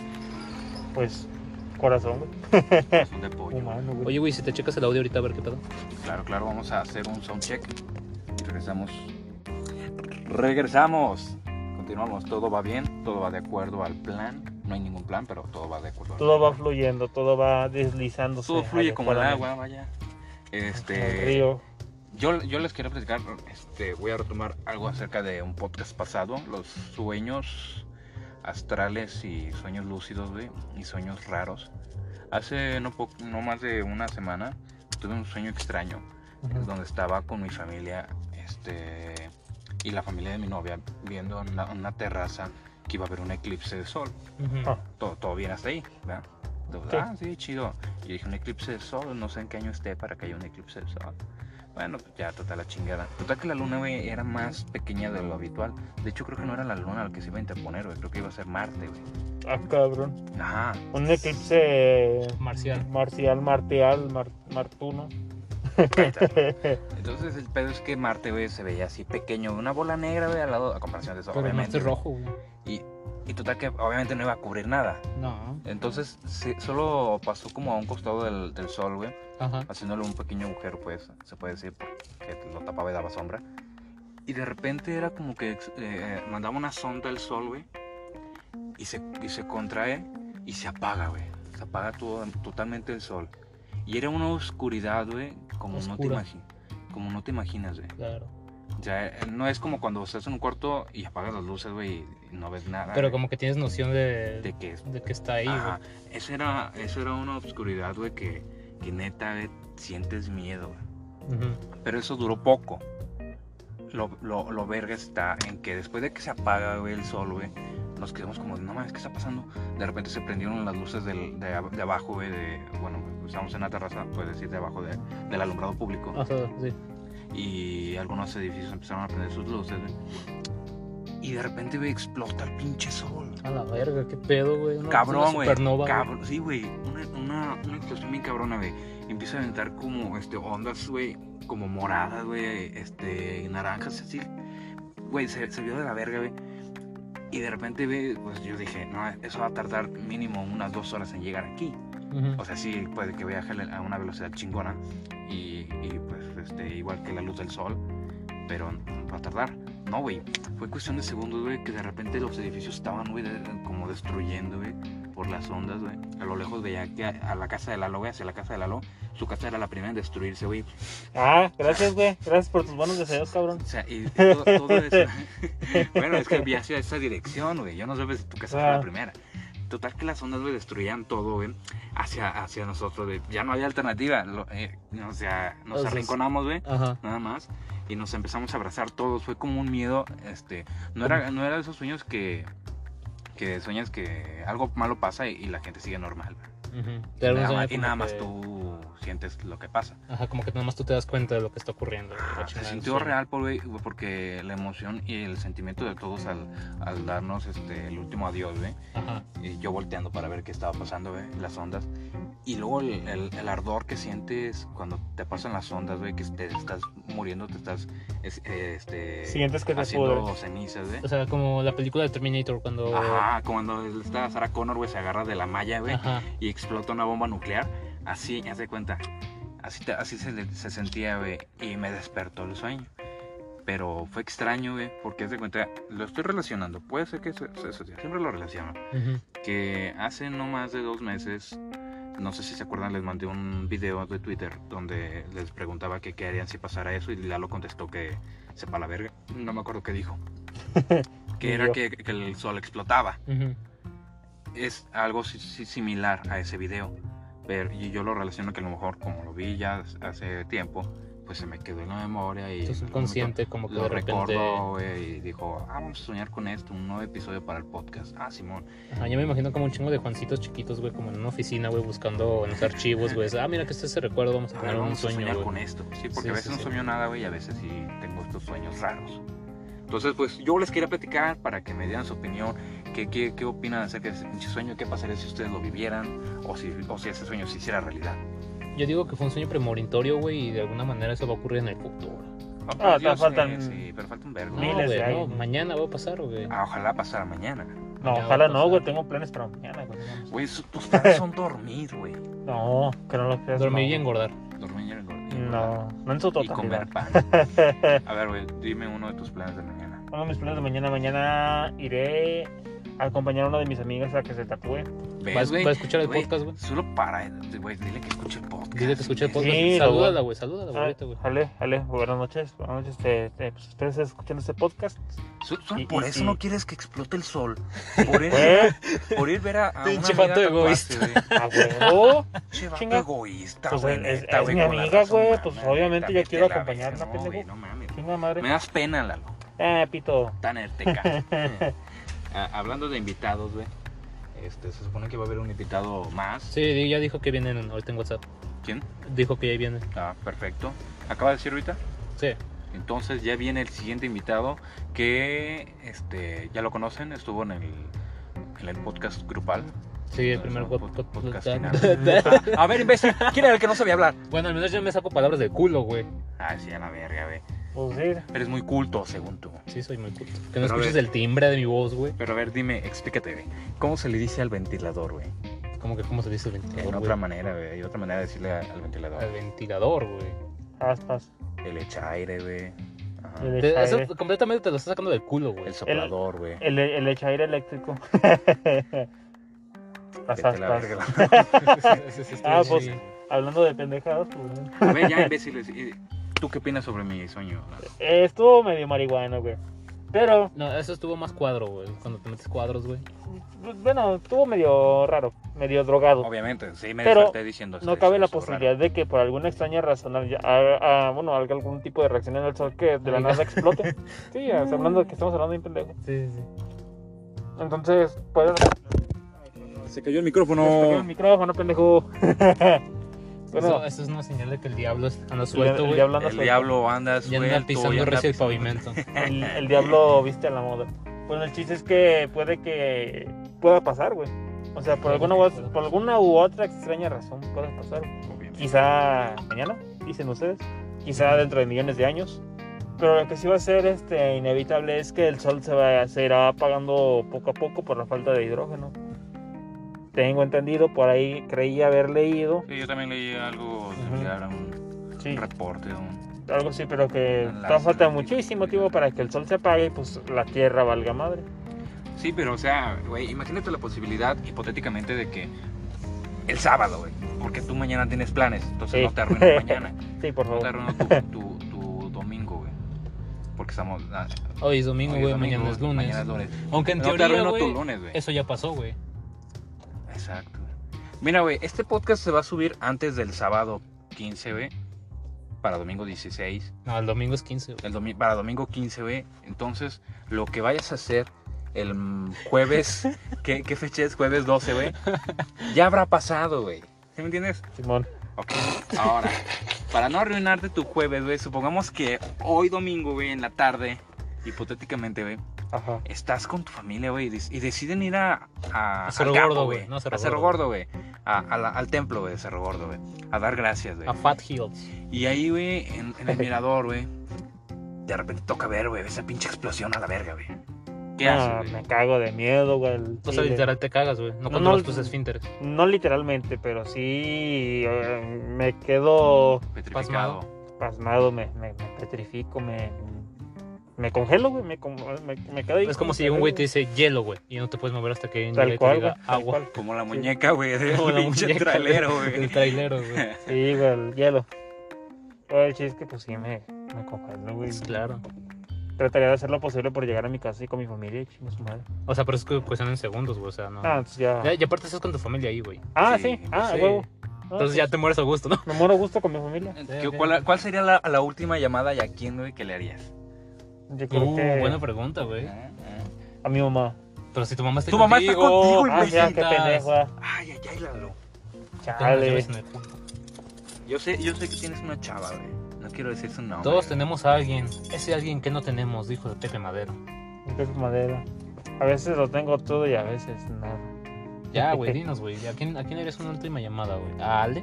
Speaker 1: pues, corazón, güey.
Speaker 2: Son de pollo.
Speaker 1: Humano, güey.
Speaker 3: Oye, güey, si te checas el audio ahorita a ver qué pedo.
Speaker 2: Claro, claro, vamos a hacer un sound check. Regresamos. Regresamos. Continuamos, todo va bien, todo va de acuerdo al plan. no hay ningún plan, pero todo va de acuerdo. al
Speaker 1: Todo va
Speaker 2: plan.
Speaker 1: fluyendo, todo va deslizándose.
Speaker 2: Todo fluye como el
Speaker 1: adecuadamente.
Speaker 2: agua, vaya.
Speaker 1: El
Speaker 2: Este,
Speaker 1: río.
Speaker 2: yo, yo les quería platicar, este, voy a retomar algo acerca de un podcast pasado, los sueños astrales y sueños lúcidos, güey, y sueños raros. Hace no, po- no más de una semana tuve un sueño extraño,
Speaker 1: Ujú.
Speaker 2: donde estaba con mi familia este, y la familia de mi novia viendo en la- una terraza que iba a haber un eclipse de sol
Speaker 1: Ah.
Speaker 2: todo, todo bien hasta ahí, ¿verdad? Entonces,
Speaker 1: Sí.
Speaker 2: Ah, sí, chido. Y dije, un eclipse de sol, no sé en qué año esté para que haya un eclipse de sol. Bueno, pues ya, total la chingada. Total que la luna, güey, era más pequeña de lo habitual. De hecho, creo que no era la luna la que se iba a interponer, güey. Creo que iba a ser Marte, güey.
Speaker 1: Ah, cabrón.
Speaker 2: Ajá.
Speaker 1: Un eclipse eh,
Speaker 3: Marcial.
Speaker 1: marcial, marteal, mar- martuno. *laughs*
Speaker 2: ahí está.
Speaker 3: *laughs*
Speaker 2: Entonces, el pedo es que Marte, güey, se veía así pequeño. Una bola negra, güey, al lado, a comparación de eso,
Speaker 3: Pero no
Speaker 2: obviamente.
Speaker 3: es rojo, güey.
Speaker 2: Y, y total que, obviamente, no iba a cubrir nada.
Speaker 3: No.
Speaker 2: Entonces, se- solo pasó como a un costado del, del sol, güey.
Speaker 3: Ajá.
Speaker 2: haciéndole un pequeño agujero, pues, se puede decir, que lo tapaba y daba sombra. Y de repente era como que ex- eh, mandaba una sonda al sol, güey, y se, y se contrae y se apaga, güey. Se apaga todo- totalmente el sol. Y era una oscuridad, güey, como no, te
Speaker 3: Oscura.
Speaker 2: imagi- como no te imaginas, güey.
Speaker 3: Claro.
Speaker 2: O sea, eh, no es como cuando estás en un cuarto y apagas las luces, güey, y no ves nada.
Speaker 3: Pero
Speaker 2: güey,
Speaker 3: como que tienes noción de,
Speaker 2: Ah. de
Speaker 3: de,
Speaker 2: que es
Speaker 3: que está ahí,
Speaker 2: Ajá,
Speaker 3: güey.
Speaker 2: Eso era, eso era una obscuridad, güey, que, que neta, güey, sientes miedo, güey.
Speaker 3: Ujú.
Speaker 2: Pero eso duró poco. Lo, lo, lo verga está en que después de que se apaga, güey, el sol, güey, nos quedamos como, no mames, ¿qué está pasando? De repente se prendieron las luces del- de, ab- de abajo, güey, de, bueno, estamos en la terraza, puedes decir, de abajo de- del alumbrado público.
Speaker 3: Ajá, sí.
Speaker 2: Y algunos edificios empezaron a prender sus luces, güey. Y de repente, güey, explota el pinche sol.
Speaker 3: A la verga, qué pedo, güey. No, es
Speaker 2: Cabrón,
Speaker 3: una
Speaker 2: güey.
Speaker 3: Supernova.
Speaker 2: Cabrón, sí, güey. Una, una, una explosión bien cabrona, güey. Empieza a aventar como este, ondas, güey. Como moradas, güey. Este, naranjas, así. Güey, se, se vio de la verga, güey. Y de repente, güey, pues yo dije, no, eso va a tardar mínimo unas dos horas en llegar aquí.
Speaker 3: güey. Ujú.
Speaker 2: O sea, sí, puede que viaje a una velocidad chingona. Y, y, pues, este, igual que la luz del sol. Pero va a tardar. No, güey. Fue cuestión de segundos, güey, que de repente los edificios estaban, güey, de- como destruyendo, güey, por las ondas, güey. A lo lejos veía que a, a la casa de Lalo, güey, hacia la casa de Lalo, su casa era la primera en destruirse, güey.
Speaker 1: Ah, gracias, güey. Gracias por tus buenos deseos, cabrón.
Speaker 2: O sea, y todo, todo eso. *laughs* bueno, es que vi hacia esa dirección, güey. Yo no sé si tu casa fue
Speaker 1: Ah.
Speaker 2: la primera. Total que las ondas, güey, destruían todo, güey, hacia, hacia nosotros, güey. Ya no había alternativa. Lo- eh, o sea, nos
Speaker 3: Entonces-
Speaker 2: arrinconamos, güey
Speaker 3: Ajá.
Speaker 2: nada más y nos empezamos a abrazar todos fue como un miedo este no era no era de esos sueños que que sueñas que algo malo pasa y, y la gente sigue normal
Speaker 3: Ujú. Te da un
Speaker 2: nada
Speaker 3: sueño
Speaker 2: más, y
Speaker 3: como
Speaker 2: nada
Speaker 3: que-
Speaker 2: más tú sientes lo que pasa
Speaker 3: Ajá, como que nada más tú te das cuenta de lo que está ocurriendo. güey, la
Speaker 2: Ah, se
Speaker 3: chingada,
Speaker 2: sintió
Speaker 3: sí.
Speaker 2: real por- güey, porque la emoción y el sentimiento de todos al, al darnos este el último adiós güey
Speaker 3: Ajá.
Speaker 2: y yo volteando para ver qué estaba pasando, güey, las ondas. Y luego el, el- el ardor que sientes cuando te pasan las ondas, güey, que te estás muriendo, te estás es- eh, este,
Speaker 1: Sientes que te
Speaker 2: haciendo
Speaker 1: pudres.
Speaker 2: cenizas, güey.
Speaker 3: O sea, como la película de Terminator cuando...
Speaker 2: Ajá, cuando está Sarah Connor, güey, se agarra de la malla, güey,
Speaker 3: Ajá.
Speaker 2: y explota una bomba nuclear. Así, haz de cuenta. Así, te- así se, le- se sentía, güey, y me despertó el sueño. Pero fue extraño, güey, porque haz de cuenta, lo estoy relacionando. Puede ser que se- se- se- siempre lo relaciono
Speaker 3: Ujú.
Speaker 2: que hace no más de dos meses, no sé si se acuerdan, les mandé un video de Twitter donde les preguntaba que qué harían si pasara eso y Lalo contestó que sepa la verga. No me acuerdo qué dijo.
Speaker 1: Ni
Speaker 2: que era
Speaker 1: yo.
Speaker 2: que, que el sol explotaba.
Speaker 3: Ujú.
Speaker 2: Es algo si- si- similar a ese video. Pero y yo lo relaciono que a lo mejor como lo vi ya hace tiempo, pues se me quedó en la memoria y
Speaker 3: Tu
Speaker 2: lo-
Speaker 3: subconsciente como que
Speaker 2: lo
Speaker 3: de repente...
Speaker 2: recordó güey, y dijo, ah, vamos a soñar con esto, un nuevo episodio para el podcast. Ah, Simón.
Speaker 3: Ajá, yo me imagino como un chingo de Juancitos chiquitos, güey, como en una oficina, güey, buscando en los archivos, güey. Ah, mira que este se recuerdo, vamos a
Speaker 2: A
Speaker 3: poner
Speaker 2: ver,
Speaker 3: un
Speaker 2: vamos a
Speaker 3: sueño,
Speaker 2: soñar
Speaker 3: güey.
Speaker 2: con esto. Sí, porque
Speaker 3: Sí,
Speaker 2: a veces
Speaker 3: sí,
Speaker 2: no
Speaker 3: sí.
Speaker 2: sueño nada, güey, y a veces sí tengo estos sueños raros. Entonces, pues yo les quería platicar para que me dieran su opinión. ¿Qué, qué, qué opinan acerca de ese pinche sueño? ¿Qué pasaría si ustedes lo vivieran? O si, o si ese sueño se hiciera realidad.
Speaker 3: Yo digo que fue un sueño premonitorio, güey, y de alguna manera eso va a ocurrir en el futuro.
Speaker 1: Ah,
Speaker 2: pues,
Speaker 1: te
Speaker 2: yo
Speaker 1: faltan-
Speaker 2: Sí, pero falta un vergo.
Speaker 3: No,
Speaker 1: Miles de
Speaker 3: güey, no,
Speaker 1: años.
Speaker 3: mañana va a pasar, güey.
Speaker 2: Ah, ojalá pasara mañana.
Speaker 1: No,
Speaker 3: Ya va
Speaker 1: ojalá
Speaker 3: a
Speaker 1: no,
Speaker 3: pasar.
Speaker 1: güey. Tengo planes para mañana, güey.
Speaker 2: Güey,
Speaker 1: *laughs*
Speaker 2: su- tus planes son dormir, güey.
Speaker 1: No, que no lo creas.
Speaker 3: Dormir
Speaker 1: no.
Speaker 3: y engordar.
Speaker 2: Dormir y engordar.
Speaker 1: No, no en su
Speaker 2: Y comer
Speaker 1: totalidad.
Speaker 2: pan.
Speaker 1: *laughs*
Speaker 2: A ver, güey, dime uno de tus planes de mañana.
Speaker 1: Uno de mis planes de mañana, mañana iré acompañar a una de mis amigas a que se tatúe.
Speaker 3: Va a-
Speaker 2: ¿Ves, güey?
Speaker 3: va a escuchar el
Speaker 2: Güey,
Speaker 3: podcast, güey.
Speaker 2: Solo para, güey, dile que escuche el podcast.
Speaker 3: Dile que escuché el
Speaker 2: ¿ves?
Speaker 3: podcast.
Speaker 1: Sí, lo voy Ah. a-
Speaker 3: salúdala, güey. Salúdala, güey. ahorita, güey.
Speaker 1: Ale, Ale, buenas noches. Buenas noches. Te, te- pues, espero estés escuchando este
Speaker 2: *laughs*
Speaker 1: podcast.
Speaker 2: Sol- sol-
Speaker 1: Y-
Speaker 2: por
Speaker 1: y-
Speaker 2: eso
Speaker 1: y-
Speaker 2: no quieres que explote
Speaker 1: *laughs*
Speaker 2: el sol. Por ir,
Speaker 1: ¿Eh?
Speaker 2: por ir ver a, a una
Speaker 3: Pinche
Speaker 2: amiga
Speaker 3: vato
Speaker 2: tatuarse, güey.
Speaker 1: *laughs* ¡A huevo!
Speaker 2: Che, vato
Speaker 1: Chinga.
Speaker 2: egoísta,
Speaker 1: Pues,
Speaker 2: güey.
Speaker 1: es-
Speaker 2: neta,
Speaker 1: es
Speaker 2: güey,
Speaker 1: mi
Speaker 2: con la
Speaker 1: amiga,
Speaker 2: razón,
Speaker 1: güey,
Speaker 2: mamá,
Speaker 1: pues,
Speaker 2: neta,
Speaker 1: obviamente yo
Speaker 2: vete
Speaker 1: quiero
Speaker 2: a la
Speaker 1: acompañarla,
Speaker 2: verga, no,
Speaker 1: pendejo.
Speaker 2: güey, no mames.
Speaker 1: Chinga madre.
Speaker 2: Me das pena, Lalo.
Speaker 1: Eh, pito.
Speaker 2: Tan erteca. Ah, Hablando de invitados, güey. Este, se supone que va a haber un invitado más.
Speaker 3: Sí, di- ya dijo que vienen ahorita en WhatsApp.
Speaker 2: ¿Quién?
Speaker 3: Dijo que ya vienen.
Speaker 2: Ah, perfecto. Acaba de decir ahorita.
Speaker 3: Sí.
Speaker 2: Entonces ya viene el siguiente invitado que este ya lo conocen, estuvo en el, en el podcast grupal.
Speaker 3: Sí, el
Speaker 2: No,
Speaker 3: primer
Speaker 2: no,
Speaker 3: pod-
Speaker 2: pod-
Speaker 3: pod-
Speaker 2: podcast
Speaker 3: podcast. *laughs*
Speaker 2: final. Ah, A ver, imbécil, ¿quién era el que no sabía hablar?
Speaker 3: Bueno, al menos yo me saco palabras del culo, güey.
Speaker 2: Ah, sí, a la verga, güey.
Speaker 1: Pues sí.
Speaker 2: Eres muy culto, según tú.
Speaker 3: Sí, soy muy culto. Que no
Speaker 2: Pero a
Speaker 3: escuches
Speaker 2: ver.
Speaker 3: el timbre de mi voz, güey.
Speaker 2: Pero a ver, dime, explícate, güey. ¿Cómo se le dice al ventilador, güey?
Speaker 3: Como que, ¿cómo se dice el
Speaker 2: En
Speaker 3: ventilador?
Speaker 2: otra
Speaker 3: Ah, güey?
Speaker 2: manera, güey. Hay otra manera de decirle a- al
Speaker 3: Al
Speaker 2: ventilador.
Speaker 3: ventilador, güey.
Speaker 1: Aspas.
Speaker 2: El echaire, güey. Ajá.
Speaker 1: El
Speaker 3: Te- eso
Speaker 1: echaire.
Speaker 3: completamente te lo estás sacando del culo, güey. *laughs*
Speaker 2: El soplador, güey.
Speaker 1: El, el echaire
Speaker 2: *laughs*
Speaker 1: eléctrico. Las
Speaker 2: Vete a la
Speaker 1: aspas.
Speaker 2: verga.
Speaker 1: Ah,
Speaker 3: Sí.
Speaker 1: pues. Hablando de pendejadas, pues. bueno.
Speaker 2: *laughs* A ver, ya, imbéciles. eh, ¿Tú qué opinas sobre mi sueño?
Speaker 1: Eh, estuvo medio marihuana, güey. Pero,
Speaker 3: No, eso estuvo más cuadro, güey. Cuando te metes cuadros, güey.
Speaker 1: pues, bueno, estuvo medio raro, medio drogado.
Speaker 2: Obviamente, sí, me
Speaker 1: Pero
Speaker 2: desperté diciendo "Este
Speaker 1: No
Speaker 2: "Estoy-
Speaker 1: cabe la
Speaker 2: estoy pues, raro".
Speaker 1: posibilidad de que por alguna extraña razón haya- haga- ah, bueno, haga algún tipo de reacción en el sol que de la
Speaker 3: Oiga.
Speaker 1: nada
Speaker 2: *laughs*
Speaker 1: explote. Sí, o sea, hablando de que estamos hablando de un pendejo.
Speaker 3: Sí, sí, sí.
Speaker 1: Entonces, puede
Speaker 2: Se cayó el
Speaker 1: Despegue
Speaker 2: micrófono.
Speaker 1: el micrófono,
Speaker 2: *laughs*
Speaker 1: pendejo. bueno,
Speaker 3: eso, eso es una señal de que el diablo anda
Speaker 1: el,
Speaker 3: suelto,
Speaker 1: el
Speaker 3: güey.
Speaker 1: diablo anda
Speaker 2: El
Speaker 1: suelto.
Speaker 2: diablo anda
Speaker 3: Y
Speaker 2: suelto.
Speaker 3: anda
Speaker 2: y
Speaker 3: pisando
Speaker 2: anda
Speaker 3: recio el
Speaker 2: pisando-
Speaker 3: pavimento.
Speaker 1: El, el diablo viste a la moda. Bueno, el chiste es que puede que pueda pasar, güey. O sea, por
Speaker 3: Puede
Speaker 1: alguna, u,
Speaker 3: que pueda
Speaker 1: por alguna u otra extraña razón puede pasar.
Speaker 2: Obviamente.
Speaker 1: Quizá mañana, dicen ustedes. Quizá dentro de millones de años. Pero lo que sí va a ser este, inevitable es que el sol se, va, se irá apagando poco a poco por la falta de hidrógeno. Tengo entendido, por ahí creí haber leído.
Speaker 2: Sí, yo también leí algo
Speaker 1: Ujú.
Speaker 2: similar a un
Speaker 1: Sí,
Speaker 2: reporte. un-
Speaker 1: algo así, pero que
Speaker 2: Las-
Speaker 1: todavía falta muchísimo tiempo para que el sol se apague y pues la tierra valga madre.
Speaker 2: Sí, pero o sea, güey, imagínate la posibilidad hipotéticamente de que el sábado, güey, porque tú mañana tienes planes, entonces
Speaker 1: Sí.
Speaker 2: no te arruines
Speaker 1: *laughs*
Speaker 2: mañana,
Speaker 1: Sí, por
Speaker 2: no te
Speaker 1: favor.
Speaker 2: arruines tu, tu, tu domingo, güey. Porque estamos. ah,
Speaker 3: Hoy es domingo,
Speaker 2: hoy es
Speaker 3: güey.
Speaker 2: domingo,
Speaker 3: Mañana es lunes.
Speaker 2: Mañana es lunes.
Speaker 3: Aunque en
Speaker 2: No te
Speaker 3: teoría,
Speaker 2: arruino tu
Speaker 3: güey,
Speaker 2: lunes, güey.
Speaker 3: eso ya pasó, güey.
Speaker 2: Exacto. Mira, güey, este podcast se va a subir antes del sábado 15, güey. Para domingo 16.
Speaker 3: No, el domingo es 15, güey.
Speaker 2: El domi- para domingo 15, güey. Entonces, lo que vayas a hacer el mm,
Speaker 3: *laughs*
Speaker 2: jueves. ¿qué, qué fecha es? Jueves 12, güey. Ya habrá pasado, güey. ¿Sí me entiendes?
Speaker 1: Simón.
Speaker 2: Ok. Ahora, para no arruinarte tu jueves, güey, supongamos que hoy domingo, güey, en la tarde, hipotéticamente, güey,
Speaker 1: Ajá.
Speaker 2: estás con tu familia, güey, y dec- y deciden ir a, a,
Speaker 3: A Cerro
Speaker 2: al Capo,
Speaker 3: Gordo, güey, no, a Cerro
Speaker 2: a Cerro
Speaker 3: Gordo.
Speaker 2: Gordo, güey. A- a la- al templo, güey, de Cerro Gordo, güey. A dar gracias, güey.
Speaker 3: A Fat Hills.
Speaker 2: Y ahí, güey, en,
Speaker 3: *laughs*
Speaker 2: en el mirador, güey. De repente toca ver, güey, esa pinche explosión a la verga, güey. ¿Qué
Speaker 1: No,
Speaker 2: haces,
Speaker 1: Ah, me
Speaker 2: güey?
Speaker 1: cago de miedo, güey. al
Speaker 3: O sea,
Speaker 1: chile.
Speaker 3: literal te cagas, güey. No
Speaker 1: No,
Speaker 3: controlas
Speaker 1: no.
Speaker 3: tus esfínteres.
Speaker 1: No literalmente, pero sí eh, me quedo
Speaker 2: Petrificado.
Speaker 1: pasmado, me, me, me petrifico, me, me congelo, güey. Me, con- me, me quedo ahí.
Speaker 3: Es como si un güey te dice hielo, güey. Y no te puedes mover hasta que un
Speaker 1: Tal
Speaker 3: hielo te
Speaker 1: cual,
Speaker 3: diga
Speaker 1: güey, tal
Speaker 2: *laughs*
Speaker 3: agua.
Speaker 1: cual.
Speaker 2: Como la muñeca, güey, del
Speaker 3: Como la
Speaker 2: pinche
Speaker 3: muñeca,
Speaker 2: trailero,
Speaker 3: güey.
Speaker 2: güey.
Speaker 3: El trailero, güey.
Speaker 1: Sí, güey, el hielo. Pero el chiste es que pues sí me, me congelo, güey.
Speaker 3: *laughs* Pues Claro.
Speaker 1: Trataría de hacer lo posible por llegar a mi casa y con mi familia y chingue su madre.
Speaker 3: O sea, pero es que cuestión en segundos, güey. O sea, no.
Speaker 1: Ah, entonces ya.
Speaker 3: Ya- Y aparte estás con tu familia ahí, güey.
Speaker 1: Ah,
Speaker 2: Sí,
Speaker 1: sí, ah,
Speaker 3: sí.
Speaker 1: huevo.
Speaker 3: Entonces
Speaker 1: pues.
Speaker 3: ya te mueres a
Speaker 1: *laughs*
Speaker 3: gusto, ¿no?
Speaker 1: Me muero a gusto con mi familia.
Speaker 2: ¿Qué- ¿Cuál, cuál sería la, la última llamada y a quién, güey, que le harías?
Speaker 1: Yo creo
Speaker 3: Uh,
Speaker 1: que
Speaker 3: buena pregunta, güey.
Speaker 2: Ah, ah.
Speaker 1: a mi mamá.
Speaker 3: Pero si tu mamá está
Speaker 2: Tu mamá está contigo,
Speaker 1: Ah, ya, qué
Speaker 3: presentas.
Speaker 1: pendejo. ah.
Speaker 2: Ay, ay, ay, Lalo.
Speaker 1: Chale.
Speaker 2: Yo sé, yo sé que tienes una chava, güey. No quiero decir su nombre.
Speaker 3: Todos
Speaker 2: güey.
Speaker 3: tenemos a alguien. Ese alguien que no tenemos, dijo de Pepe Madero.
Speaker 1: Pepe Madera. A veces lo tengo todo y a veces nada. *laughs*
Speaker 3: Ya, güey, dinos, güey. ¿A quién, ¿A quién eres una última llamada, güey? ¿A Ale?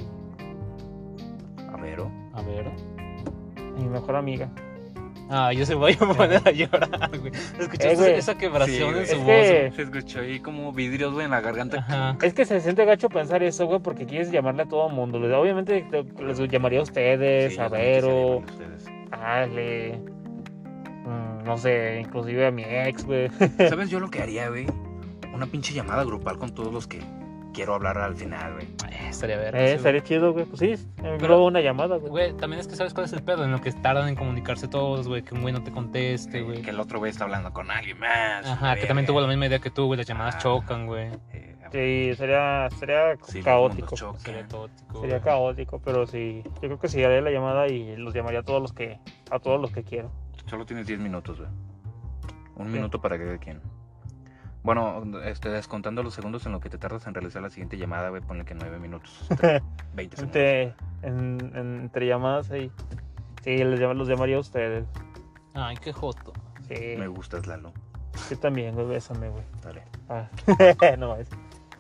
Speaker 2: A ver, ¿o?
Speaker 3: A ver.
Speaker 1: Mi mejor amiga.
Speaker 3: Ah, yo se voy a poner a llorar, güey. ¿Escuchaste
Speaker 1: Eh, güey.
Speaker 3: esa quebración
Speaker 2: Sí,
Speaker 3: en
Speaker 2: güey.
Speaker 3: su
Speaker 1: Es
Speaker 3: voz?
Speaker 1: que-
Speaker 2: Se escuchó ahí como vidrios, güey, en la garganta.
Speaker 3: Eh. Ajá.
Speaker 1: Es que se siente gacho pensar eso, güey, porque quieres llamarle a todo el mundo. Les- Obviamente lo- les llamaría a ustedes,
Speaker 2: Sí,
Speaker 1: a
Speaker 2: yo también quisiera
Speaker 1: Vero,
Speaker 2: llamarle a ustedes.
Speaker 1: a Ale. mm, No sé, inclusive a mi ex, güey.
Speaker 2: ¿Sabes yo lo que haría, güey? una pinche llamada grupal con todos los que quiero hablar al final, güey.
Speaker 3: Eh, estaría ver.
Speaker 1: Eh, estaría chido, güey. Pues sí,
Speaker 3: Pero-
Speaker 1: luego una llamada, güey.
Speaker 3: Güey, también es que sabes cuál es el pedo, en lo que tardan en comunicarse todos, güey, que un güey no te conteste, güey.
Speaker 2: Que el otro güey está hablando con alguien más.
Speaker 3: Ajá, que también tuvo la misma idea que tú, güey, las llamadas
Speaker 2: Ah.
Speaker 3: chocan, güey.
Speaker 2: Eh,
Speaker 1: Sí, sería, sería
Speaker 2: sí,
Speaker 1: caótico.
Speaker 2: los mundos
Speaker 3: Sería
Speaker 2: chocan.
Speaker 3: caótico.
Speaker 1: Sería
Speaker 3: güey.
Speaker 1: caótico, pero sí. Yo creo que sí haría la llamada y los llamaría a todos los que, a todos los que quiero.
Speaker 2: Solo tienes 10 minutos, güey. Un minuto para cada quien. Bueno, este, descontando los segundos en lo que te tardas en realizar la siguiente llamada, güey, ponle que 9
Speaker 3: *laughs*
Speaker 2: minutos. 20 segundos.
Speaker 1: Entre, en- en- entre llamadas ahí. Sí, les llama- los llamaría a ustedes.
Speaker 3: Ay, qué joto.
Speaker 1: Sí,
Speaker 2: Me gustas, Lalo.
Speaker 1: yo también, güey, bésame, güey.
Speaker 2: Dale.
Speaker 1: Ah, *laughs* no es.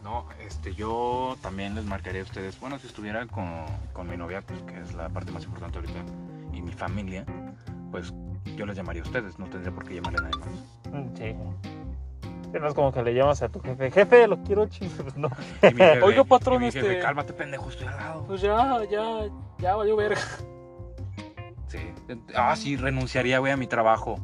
Speaker 2: No, este, yo también les marcaría a ustedes. Bueno, si estuviera con, con mi novia, pues que es la parte más importante ahorita, y mi familia, pues yo les llamaría a ustedes. No tendría por qué llamarle a nadie
Speaker 3: *laughs*
Speaker 2: más.
Speaker 1: Mm, Sí. Sí, No es como que le llamas a tu jefe, jefe, los quiero chingos. *laughs* No,
Speaker 2: Y mi jefe-
Speaker 3: Oiga, patrón,
Speaker 2: y mi jefe,
Speaker 3: este-
Speaker 2: Cálmate, pendejo, estoy al lado.
Speaker 3: Pues ya, ya, ya valió verga. *laughs*
Speaker 2: Sí. Ah, sí, renunciaría, güey, a mi trabajo.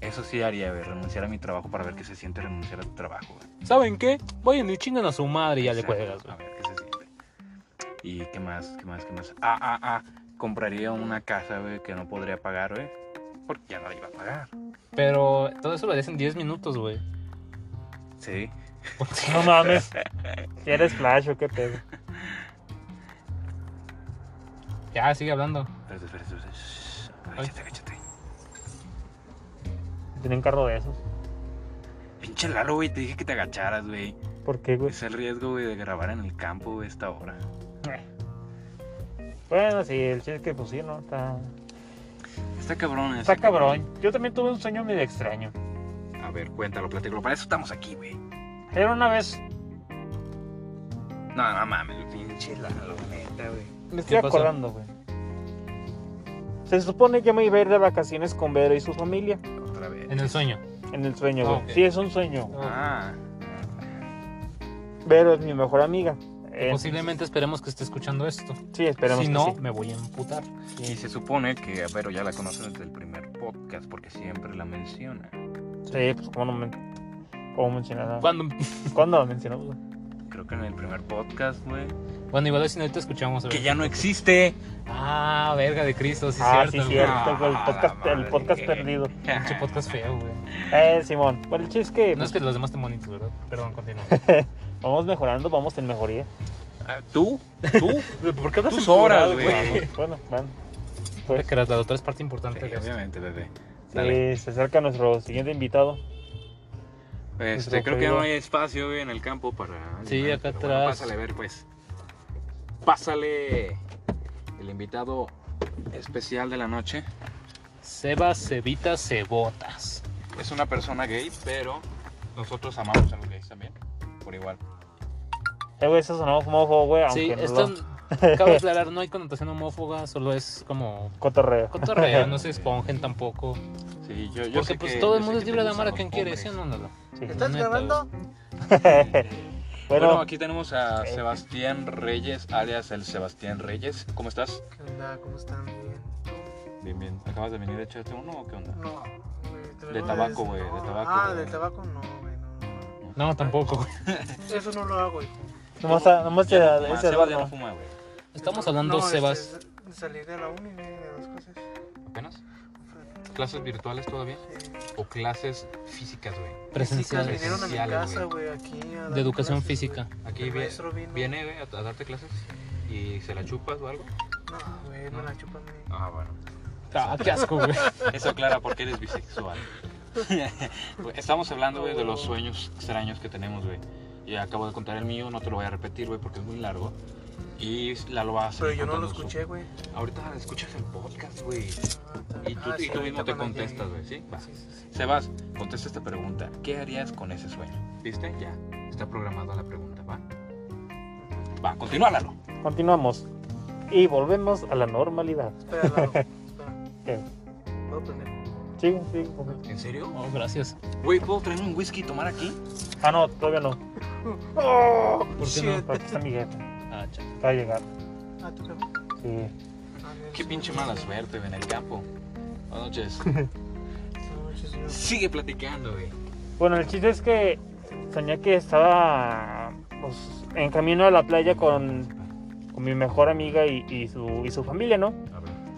Speaker 2: Eso sí haría, güey, renunciar a mi trabajo para ver qué se siente renunciar a tu trabajo, güey.
Speaker 3: ¿Saben qué? Vayan y chingan a su madre y ya le
Speaker 2: Exacto,
Speaker 3: cuelgas,
Speaker 2: A
Speaker 3: güey.
Speaker 2: ver qué se siente. ¿Y qué más? ¿Qué más? ¿Qué más? Ah, ah, ah. Compraría una casa, güey, que no podría pagar, güey. Porque ya no la iba a pagar.
Speaker 3: Pero todo eso lo harías en 10 minutos, güey. *laughs*
Speaker 2: Sí.
Speaker 1: no mames. ¿Quieres flash o qué pedo?
Speaker 3: Ya, sigue hablando.
Speaker 2: Espérate, espérate, espérate. Shh. Agáchate, agáchate.
Speaker 1: Tienen carro de esos.
Speaker 2: Pinche Lalo, güey, te dije que te agacharas, güey.
Speaker 1: ¿Por qué, güey?
Speaker 2: Es el riesgo, güey, de grabar en el campo, güey, esta hora.
Speaker 1: Bueno, sí, el chiste es que, pues sí, ¿no? Está,
Speaker 2: Está cabrón, ¿eh?
Speaker 1: está cabrón. Yo también tuve un sueño medio extraño.
Speaker 2: A ver, cuéntalo, platícalo. Para eso estamos aquí, güey.
Speaker 1: Era una vez,
Speaker 2: No, no mames, pinche Lalo, neta, güey.
Speaker 1: me estoy
Speaker 3: ¿Qué pasó?
Speaker 1: acordando, güey. Se supone que me iba a ir de vacaciones con Vero y su familia
Speaker 2: Otra vez.
Speaker 3: En el sueño.
Speaker 1: en el sueño,
Speaker 3: Ah,
Speaker 1: güey.
Speaker 3: ok.
Speaker 1: Sí, es un sueño.
Speaker 2: Ah,
Speaker 1: Vero es mi mejor amiga. Eh,
Speaker 3: Posiblemente esperemos que esté escuchando esto.
Speaker 1: Sí, esperemos
Speaker 3: si
Speaker 1: que
Speaker 3: no,
Speaker 1: sí.
Speaker 3: me voy a emputar.
Speaker 2: y se supone que, pero ya la conocen desde el primer podcast porque siempre la menciona.
Speaker 1: Sí, pues cómo no me... ¿Cómo mencionaba?
Speaker 3: Cuando,
Speaker 1: ¿Cuándo lo mencionamos? güey?
Speaker 2: Creo que en el primer podcast, güey.
Speaker 3: bueno, igual si no te escuchamos. güey.
Speaker 2: Que ya no existe.
Speaker 3: Ah, verga de Cristo, sí,
Speaker 1: ah,
Speaker 3: cierto.
Speaker 1: sí,
Speaker 3: güey.
Speaker 1: cierto, güey, el
Speaker 2: Ah,
Speaker 1: podcast,
Speaker 2: la
Speaker 1: el
Speaker 2: madre.
Speaker 1: podcast perdido.
Speaker 3: Pinche podcast feo, güey.
Speaker 1: Eh, Simón, bueno, el chiste es que pues,
Speaker 3: No es que los demás te bonitos, ¿verdad? Perdón, continúa.
Speaker 1: vamos mejorando, vamos en mejoría.
Speaker 2: Ah, ¿Tú?
Speaker 3: *laughs*
Speaker 2: ¿Tú?
Speaker 3: ¿Por qué hablas
Speaker 2: Tus
Speaker 3: en plural,
Speaker 2: horas, güey.
Speaker 1: Vamos, bueno, bueno.
Speaker 3: No te
Speaker 1: Pues,
Speaker 3: creas, la otra es parte importante.
Speaker 2: Sí,
Speaker 3: de esto.
Speaker 2: obviamente, bebé. Dale.
Speaker 1: sí, se acerca nuestro siguiente invitado.
Speaker 2: Este, creo que no hay espacio, güey, en el campo para...
Speaker 3: Sí,
Speaker 2: animar,
Speaker 3: acá
Speaker 2: pero bueno,
Speaker 3: atrás.
Speaker 2: pásale, a ver, pues. Pásale el invitado especial de la noche.
Speaker 3: Sebas, Cebitas, Cebotas.
Speaker 2: Es una persona gay, pero nosotros amamos a los gays también. Por igual.
Speaker 1: Eh, güey, eso sonaba homófobo, güey, aunque
Speaker 3: Sí,
Speaker 1: no
Speaker 3: esto,
Speaker 1: lo...
Speaker 3: cabe aclarar, no hay connotación homófoba, solo es como
Speaker 1: Cotorreo.
Speaker 3: cotorreo, no se esponjen tampoco.
Speaker 2: Sí, yo, yo
Speaker 3: Porque
Speaker 2: sé
Speaker 3: pues
Speaker 2: que-
Speaker 3: todo el
Speaker 2: yo sé
Speaker 3: mundo es
Speaker 2: que
Speaker 3: libre
Speaker 2: te
Speaker 3: de
Speaker 2: gustan
Speaker 3: amar a
Speaker 2: los
Speaker 3: quien quiere, ¿sí
Speaker 2: *laughs*
Speaker 3: o
Speaker 2: hombres.
Speaker 3: no? Lalo?
Speaker 1: Sí.
Speaker 3: ¿Estás grabando?
Speaker 1: *laughs*
Speaker 2: Bueno,
Speaker 1: Bueno,
Speaker 2: aquí tenemos a Sebastián Reyes, alias el Sebastián Reyes. ¿Cómo estás?
Speaker 4: ¿Qué onda? ¿Cómo están? Bien.
Speaker 2: Bien, bien. ¿Acabas de venir a echarte uno o qué onda?
Speaker 4: No, güey. te
Speaker 2: De
Speaker 4: vengo a
Speaker 2: tabaco,
Speaker 4: decir-
Speaker 2: güey, de
Speaker 4: no,
Speaker 2: tabaco,
Speaker 4: Ah,
Speaker 2: güey.
Speaker 4: de tabaco no, güey. No, no.
Speaker 3: No, tampoco, güey.
Speaker 4: Eso no lo hago, hijo.
Speaker 1: nomás, a- nomás te-
Speaker 2: Ya no fuma,
Speaker 1: ese
Speaker 2: Sebas
Speaker 1: Eduardo.
Speaker 2: ya no fuma, güey.
Speaker 3: Estamos hablando,
Speaker 4: no,
Speaker 3: Sebas.
Speaker 4: este, de salir de la uni, güey, de dos cosas.
Speaker 2: ¿Apenas? ¿Clases virtuales todavía? ¿O clases físicas, güey?
Speaker 4: Chicas
Speaker 3: Presenciales.
Speaker 4: vinieron a mi
Speaker 2: Presenciales,
Speaker 4: casa,
Speaker 2: güey.
Speaker 4: güey, aquí. a dar
Speaker 3: De educación
Speaker 4: clases,
Speaker 3: física.
Speaker 4: güey.
Speaker 2: Aquí
Speaker 4: El
Speaker 2: vie-
Speaker 4: maestro vino.
Speaker 2: viene güey, a, a darte clases y se la chupas o algo.
Speaker 4: No, güey, me la chupan. güey.
Speaker 2: Ah, bueno.
Speaker 3: Ah, qué asco, güey.
Speaker 2: Eso aclara por qué eres bisexual. *laughs* Güey, Estamos hablando, güey, de los sueños extraños que tenemos, güey. Y acabo de contar el mío, no te lo voy a repetir, güey, porque es muy largo. Y la lo vas a
Speaker 4: Pero
Speaker 2: seguir
Speaker 4: yo no lo
Speaker 2: contando su-
Speaker 4: escuché, güey.
Speaker 2: Ahorita escuchas el podcast, güey.
Speaker 4: Ah, está-
Speaker 2: Y tú,
Speaker 4: ah,
Speaker 2: y
Speaker 4: sí,
Speaker 2: tú
Speaker 4: ahorita
Speaker 2: mismo te
Speaker 4: cuando
Speaker 2: contestas,
Speaker 4: llegue.
Speaker 2: güey, ¿sí? Va.
Speaker 4: Sí, sí, sí.
Speaker 2: Sebas, contesta esta pregunta. ¿Qué harías con ese sueño? ¿Viste? Ya. Está programada la pregunta, va. Va, continúalalo.
Speaker 1: Continuamos. Y volvemos a la normalidad.
Speaker 4: Espera, Lalo, espera.
Speaker 1: ¿Qué?
Speaker 4: ¿Puedo prender?
Speaker 1: Sigue, sigue. ok.
Speaker 2: ¿En serio?
Speaker 3: Oh, gracias.
Speaker 2: Güey, ¿puedo traerme un whisky y tomar aquí?
Speaker 1: Ah, no, todavía no.
Speaker 4: Oh,
Speaker 3: no?
Speaker 4: shit.
Speaker 1: Aquí está mi jefe.
Speaker 3: Ah, chaval.
Speaker 1: Va a llegar.
Speaker 4: Ah, tú también.
Speaker 1: Sí.
Speaker 4: Ah, mira,
Speaker 2: Qué
Speaker 4: sí,
Speaker 2: pinche
Speaker 4: sí,
Speaker 2: mala
Speaker 4: sí.
Speaker 2: suerte, güey, en el campo. Buenas noches.
Speaker 4: No, sí, señor.
Speaker 2: Sigue platicando, güey.
Speaker 1: Bueno, el chiste es que soñé que estaba pues, en camino a la playa con, con mi mejor amiga y, y su, y su familia, ¿no?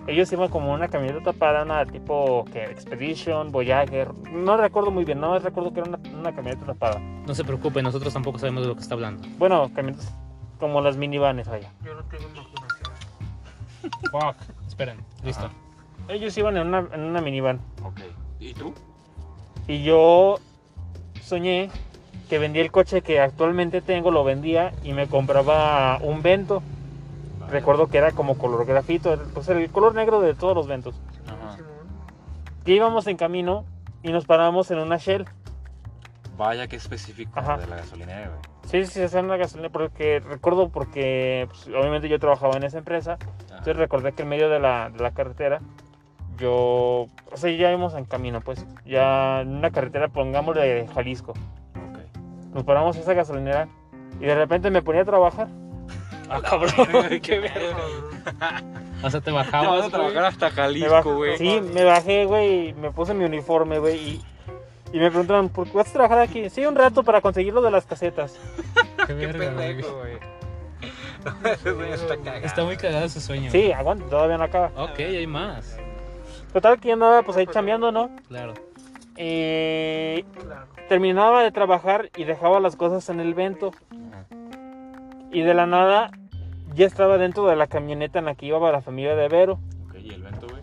Speaker 1: Ellos iban como en una camioneta tapada, una tipo que Expedition, Voyager, no recuerdo muy bien, no recuerdo que era una, una camioneta tapada.
Speaker 3: No se preocupe, nosotros tampoco sabemos de lo que está hablando.
Speaker 1: Bueno, camionetas como las minivanes, vaya.
Speaker 4: Yo no tengo imaginación.
Speaker 3: Fuck. Esperen, listo.
Speaker 1: Ellos iban en una, en una minivan
Speaker 2: Ok. ¿Y tú?
Speaker 1: y yo soñé que vendía el coche que actualmente tengo, lo vendía y me compraba un vento. Recuerdo que era como color grafito, era- pues era el color negro de todos los ventos.
Speaker 2: Ajá.
Speaker 4: Simón.
Speaker 1: Ya íbamos en camino y nos paramos en una Shell.
Speaker 2: Vaya que específico
Speaker 1: Ajá.
Speaker 2: de la gasolinera, güey.
Speaker 1: Sí, sí, se en una gasolina, porque recuerdo porque pues, obviamente yo trabajaba en esa empresa.
Speaker 2: Ajá.
Speaker 1: Entonces recordé que en medio de la, de la carretera, yo, o sea, ya íbamos en camino, pues, ya en una carretera, pongámosle de Jalisco.
Speaker 2: Ok.
Speaker 1: Nos paramos en esa gasolinera y de repente me ponía a trabajar.
Speaker 3: Ah,
Speaker 2: *laughs*
Speaker 3: cabrón,
Speaker 1: *laughs*
Speaker 3: qué
Speaker 4: Por
Speaker 3: verga.
Speaker 4: favor.
Speaker 3: O sea, te
Speaker 2: Te vas
Speaker 3: bajabas.
Speaker 2: a trabajar hasta
Speaker 1: Me baj-
Speaker 2: Jalisco, güey.
Speaker 1: Sí, me bajé, güey, y me puse mi uniforme, güey, y, y me preguntaron, ¿por qué vas a trabajar aquí? Sí, un rato para conseguir lo de las casetas.
Speaker 3: Qué
Speaker 2: Qué
Speaker 3: verga, güey.
Speaker 2: pendejo, güey. *laughs* Ese sueño está cagado.
Speaker 3: Está muy cagado ese sueño.
Speaker 1: Sí, aguanta, todavía no acaba.
Speaker 3: Ok, hay más.
Speaker 1: Total, que yo andaba pues ahí chambeando, ¿no? Eh,
Speaker 3: Claro.
Speaker 1: Y
Speaker 4: Claro.
Speaker 1: terminaba de trabajar y dejaba las cosas en el vento.
Speaker 2: Ajá.
Speaker 1: Y de la nada ya estaba dentro de la camioneta en la que iba la familia de Vero.
Speaker 2: Ok, ¿y el vento, güey?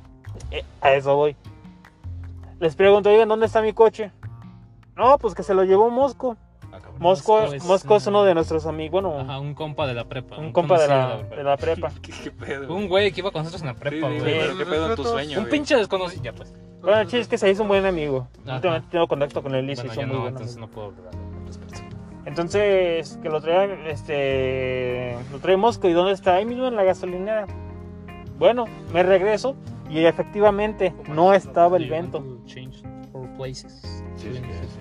Speaker 1: Eh, a eso voy. Les pregunto, oigan, ¿dónde está mi coche? No, pues que se lo llevó Mosco.
Speaker 2: Ah, cabrón.
Speaker 1: Mosco,
Speaker 3: Mosco es-
Speaker 1: Mosco es uno de nuestros amigos, bueno,
Speaker 3: Ajá, un compa de la prepa.
Speaker 1: un compa de la,
Speaker 3: conocido
Speaker 1: de la prepa.
Speaker 2: ¿Qué, qué pedo?
Speaker 3: Un güey que iba con nosotros en la
Speaker 2: Sí,
Speaker 3: prepa,
Speaker 2: sí,
Speaker 3: güey.
Speaker 2: pero ¿Qué pedo en tu sueño,
Speaker 3: Un
Speaker 2: güey?
Speaker 3: pinche desconocido. Ya pues.
Speaker 1: Bueno, el chiste es que se hizo un buen amigo.
Speaker 3: Ajá.
Speaker 1: Últimamente tengo contacto con él y se
Speaker 3: Bueno,
Speaker 1: hizo
Speaker 3: ya
Speaker 1: muy
Speaker 3: no,
Speaker 1: buen
Speaker 3: entonces
Speaker 1: amigo.
Speaker 3: no puedo hablar al respecto.
Speaker 1: Entonces, que lo traía, este, lo trae Mosco y dónde está, ahí mismo en la gasolinera. Bueno, me regreso y efectivamente no estaba el
Speaker 3: You want
Speaker 1: vento.
Speaker 3: to change four places?
Speaker 2: Sí, sí, sí, sí.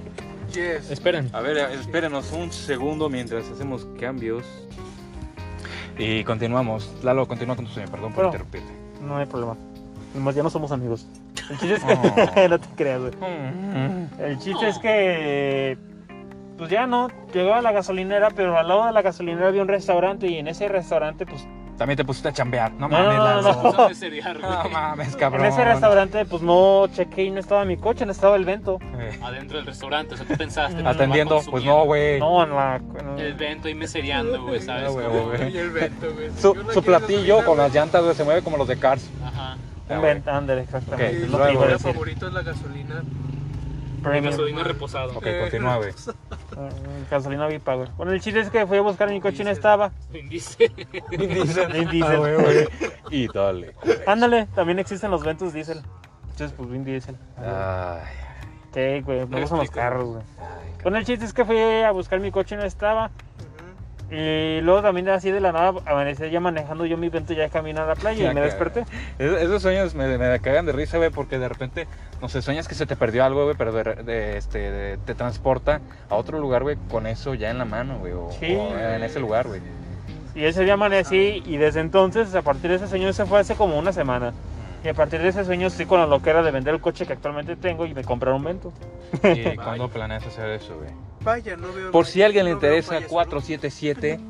Speaker 4: Yes.
Speaker 3: Esperen.
Speaker 2: A ver, espérenos un segundo mientras hacemos cambios. Y continuamos. Lalo, continúa con tu sueño, perdón por
Speaker 1: Bueno.
Speaker 2: interrumpirte.
Speaker 1: No hay problema. Nomás ya no somos amigos. El chiste es que *laughs*
Speaker 2: Oh.
Speaker 1: no te creas, güey.
Speaker 2: Mm.
Speaker 1: El chiste es que pues ya no, llegaba a la gasolinera, pero al lado de la gasolinera había un restaurante y en ese restaurante pues
Speaker 2: También te pusiste a chambear.
Speaker 1: No,
Speaker 2: No mames,
Speaker 1: no, no,
Speaker 2: Lalo. *laughs*
Speaker 1: no.
Speaker 3: *laughs*
Speaker 2: No mames, cabrón.
Speaker 1: en ese restaurante pues no chequé y no estaba mi coche, no estaba el vento.
Speaker 2: Eh,
Speaker 3: Adentro del restaurante, o sea, tú pensaste.
Speaker 2: Atendiendo, pues no, güey.
Speaker 1: No, en la en-
Speaker 3: El vento y
Speaker 2: *laughs*
Speaker 3: meseriando, güey, ¿sabes?
Speaker 2: No, Ah, güey, güey.
Speaker 4: Y el vento, güey.
Speaker 2: Su,
Speaker 4: Yo no
Speaker 2: su
Speaker 4: quiero
Speaker 2: platillo
Speaker 4: gasolina,
Speaker 2: con
Speaker 4: güey.
Speaker 2: las llantas, güey, se mueve como los de Cars.
Speaker 3: Ajá.
Speaker 2: Ah,
Speaker 1: un
Speaker 2: güey.
Speaker 1: vento, ándale, exactamente.
Speaker 2: Ok,
Speaker 1: es
Speaker 4: Mi
Speaker 1: lo que iba a
Speaker 2: luego.
Speaker 4: comida
Speaker 1: decir.
Speaker 4: favorito es la gasolina.
Speaker 3: El
Speaker 1: Premium.
Speaker 3: gasolina reposado.
Speaker 2: Ok,
Speaker 4: Eh,
Speaker 2: continúa, güey.
Speaker 1: Mm, Gasolina Bipower. Bueno, el chiste es que fui a buscar mi coche y no
Speaker 4: Diésel.
Speaker 1: estaba.
Speaker 3: *laughs*
Speaker 2: *laughs*
Speaker 3: Vin Diesel.
Speaker 1: *laughs*
Speaker 2: Vin Diesel.
Speaker 1: Vin
Speaker 2: Ah,
Speaker 1: Diesel.
Speaker 2: güey, güey. Y dale.
Speaker 1: Ándale, también existen los ventos diésel. Entonces, pues Vin Diesel.
Speaker 2: Ay,
Speaker 1: Sí, güey, me gustan los
Speaker 3: explico.
Speaker 1: carros, güey.
Speaker 2: ay,
Speaker 1: Bueno, el chiste es que fui a buscar mi coche y no estaba.
Speaker 4: Ujú.
Speaker 1: Y luego también así de la nada amanecí ya manejando yo mi vento ya de camino a la playa
Speaker 2: Ya
Speaker 1: y me
Speaker 2: que-
Speaker 1: desperté.
Speaker 2: Es- Esos sueños me, me cagan de risa, güey, porque de repente, no sé, sueñas que se te perdió algo, güey, pero de, re- de- este, de- te transporta a otro lugar, güey, con eso ya en la mano, güey, o,
Speaker 1: Sí.
Speaker 2: o en ese lugar, güey.
Speaker 1: Y ese día amanecí y desde entonces, a partir de ese sueño, se fue hace como una semana. Y a partir de ese sueño estoy con la loquera de vender el coche que actualmente tengo y me comprar un vento.
Speaker 2: ¿Y cuándo planeas hacer eso, güey?
Speaker 4: Vaya, no veo.
Speaker 2: Por si a alguien le
Speaker 4: no veo
Speaker 2: interesa,
Speaker 4: payaso,
Speaker 2: 477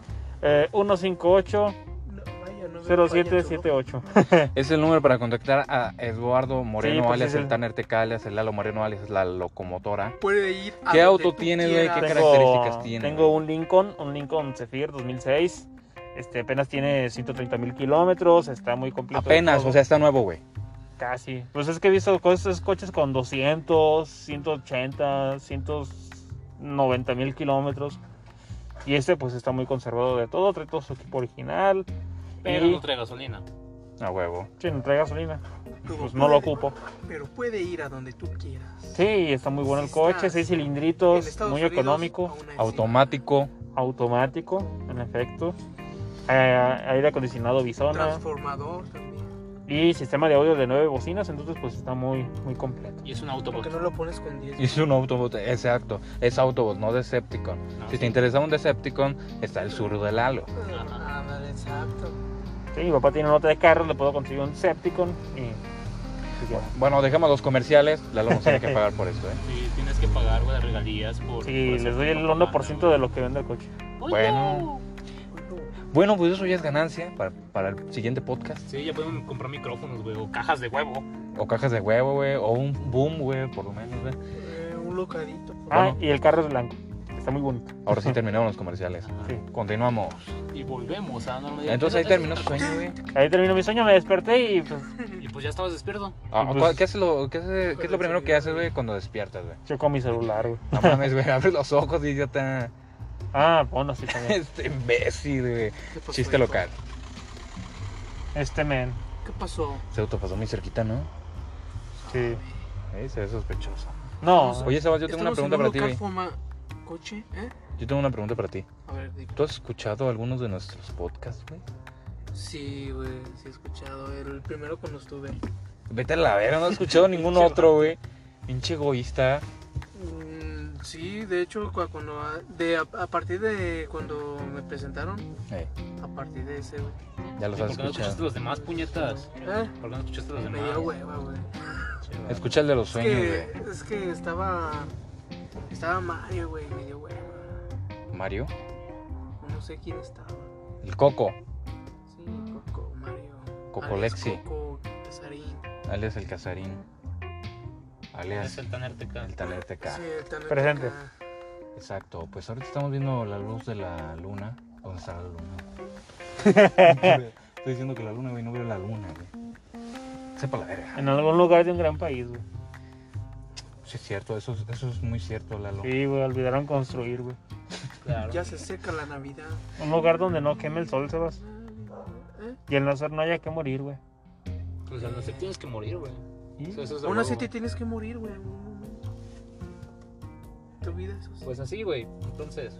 Speaker 1: Eh, 158
Speaker 4: No, vaya, no veo payaso, ¿no?
Speaker 1: 0778.
Speaker 2: es el número para contactar a Eduardo Moreno,
Speaker 1: Sí, pues,
Speaker 2: alias
Speaker 1: sí, sí.
Speaker 2: el Tanner TK, alias el Lalo Moreno, alias la locomotora.
Speaker 4: Puede ir a
Speaker 2: ¿Qué
Speaker 4: donde
Speaker 2: auto
Speaker 4: tú
Speaker 2: tienes, güey?
Speaker 4: quieras.
Speaker 2: ¿Qué
Speaker 1: Tengo-
Speaker 2: características tiene?
Speaker 1: Tengo un Lincoln, un Lincoln Zephyr 2006. Este apenas tiene 130 mil kilómetros, está muy completo. de
Speaker 2: Apenas,
Speaker 1: todo.
Speaker 2: o sea, está nuevo, güey.
Speaker 1: Casi. Pues es que he visto co- esos coches con 200, 180, 190 mil kilómetros. Y este pues está muy conservado de todo, trae todo su equipo original.
Speaker 3: Pero
Speaker 1: y
Speaker 3: no trae gasolina.
Speaker 2: A huevo.
Speaker 1: sí, no trae gasolina,
Speaker 4: Pero
Speaker 1: pues no lo
Speaker 4: puede-
Speaker 1: ocupo.
Speaker 4: Pero puede ir a donde tú quieras.
Speaker 1: Sí, está muy bueno el
Speaker 4: Sí,
Speaker 1: coche,
Speaker 4: Pues está-
Speaker 1: seis
Speaker 4: En
Speaker 1: cilindritos,
Speaker 4: Estados
Speaker 1: muy
Speaker 4: Unidos,
Speaker 1: económico,
Speaker 4: aún así.
Speaker 2: Automático.
Speaker 1: automático, en efecto. eh, aire acondicionado Bisona
Speaker 4: Transformador también.
Speaker 1: y sistema de audio de nueve bocinas, entonces pues está muy muy completo.
Speaker 3: Y es un autobot.
Speaker 4: Porque no lo pones con 10.
Speaker 2: Es un Autobot, exacto. Es Autobot, no Decepticon.
Speaker 3: No,
Speaker 2: Si te interesa un Decepticon, está el sur del halo.
Speaker 4: Ah, vale, exacto.
Speaker 1: Sí, mi papá tiene una nota de carro, le puedo conseguir un Septicon y Así que-
Speaker 2: Bueno, dejemos los comerciales. Lalo nos tiene que pagar por esto, ¿eh?
Speaker 5: Sí, tienes que pagar, güey, las regalías por...
Speaker 1: Sí, les doy el 1% de lo que vende el coche.
Speaker 2: Pues Bueno. *laughs* Bueno, pues eso ya es ganancia para, para el siguiente podcast.
Speaker 3: Sí, ya podemos comprar micrófonos, güey, o cajas de huevo.
Speaker 2: O cajas de huevo, güey. O un boom, güey, por lo menos, güey.
Speaker 4: Eh, un locadito.
Speaker 1: Ah,
Speaker 2: Bueno.
Speaker 1: y el carro es blanco. Está muy bonito.
Speaker 2: Ahora *laughs* sí terminamos los comerciales.
Speaker 1: Sí.
Speaker 2: Continuamos.
Speaker 5: Y volvemos a normalidad.
Speaker 2: Entonces ahí terminó su sueño, güey.
Speaker 1: Ahí terminó mi sueño, me desperté y pues
Speaker 5: Y pues ya estabas despierto.
Speaker 2: Ah,
Speaker 1: Pues-
Speaker 2: ¿cuál- ¿qué, haces lo, qué, haces- qué es lo primero que haces, güey, cuando despiertas, güey?
Speaker 1: chocó mi celular, güey.
Speaker 2: *laughs* No mames, güey. Abres los ojos, idiota. *laughs*
Speaker 1: Ah, bueno, sí también.
Speaker 2: Este imbécil, güey.
Speaker 4: ¿Qué pasó,
Speaker 2: Chiste
Speaker 4: hijo?
Speaker 2: local.
Speaker 1: Este men,
Speaker 4: ¿Qué pasó?
Speaker 2: Se autopasó muy cerquita, ¿no?
Speaker 1: sí.
Speaker 2: Eh, se ve sospechoso.
Speaker 1: No,
Speaker 2: Oye, Sebas, yo tengo una
Speaker 4: Estamos
Speaker 2: pregunta
Speaker 4: en un
Speaker 2: para ti,
Speaker 4: local
Speaker 2: güey.
Speaker 4: fuma- ¿Coche? ¿Eh?
Speaker 2: Yo tengo una pregunta para ti.
Speaker 4: A ver, di-
Speaker 2: ¿Tú has escuchado algunos de nuestros podcasts, güey?
Speaker 4: Sí, güey, sí he escuchado. El primero cuando estuve.
Speaker 2: Vete a la vera, no he escuchado *laughs* ningún otro, güey. Pinche egoísta.
Speaker 4: Mm, sí, de hecho, cua- cuando. a- De, a, a partir de cuando me presentaron,
Speaker 2: Eh,
Speaker 4: a partir de ese, güey.
Speaker 2: ya los
Speaker 3: ¿Por
Speaker 2: has
Speaker 3: qué no escuchaste
Speaker 2: escuchado.
Speaker 3: los demás, puñetas?
Speaker 4: ¿Eh?
Speaker 3: ¿Por qué no escuchaste los
Speaker 4: Me dio
Speaker 3: demás?
Speaker 4: hueva, güey.
Speaker 2: Escucha el de los
Speaker 4: Es
Speaker 2: sueños,
Speaker 4: que,
Speaker 2: güey.
Speaker 4: es que estaba. Estaba Mario, güey, me dio hueva.
Speaker 2: Mario.
Speaker 4: No sé quién estaba.
Speaker 2: El Coco.
Speaker 4: Sí, Coco, Mario.
Speaker 2: Coco
Speaker 4: Alex
Speaker 2: Lexi.
Speaker 4: Coco, Casarín.
Speaker 2: Alias el Casarín.
Speaker 3: Es
Speaker 2: Alias
Speaker 3: el tan Arteca.
Speaker 2: el Talerteca.
Speaker 4: Sí, el Tano
Speaker 1: Presente.
Speaker 4: Teca.
Speaker 2: Exacto. Pues ahorita estamos viendo la luz de la luna. ¿Dónde está la luna? Estoy diciendo que la luna, güey, no veo la luna, güey. Sepa la verga.
Speaker 1: en algún lugar de un gran país, güey.
Speaker 2: Sí, es cierto, eso, es- eso es muy cierto, Lalo.
Speaker 1: Sí, güey, olvidaron construir, güey.
Speaker 3: Claro.
Speaker 4: Ya se seca la Navidad.
Speaker 1: Un lugar donde no queme el sol, Sebas.
Speaker 4: ¿Eh?
Speaker 1: Y en la zona no haya que morir, güey.
Speaker 3: Pues no sé, tienes que morir, güey.
Speaker 1: ¿Y?
Speaker 3: Eso- eso
Speaker 2: pues,
Speaker 3: es de
Speaker 4: Aún así
Speaker 3: huevo,
Speaker 4: te
Speaker 3: güey.
Speaker 4: tienes que morir, güey. en algún momento. Te olvidas eso.
Speaker 3: Pues así, güey. Entonces,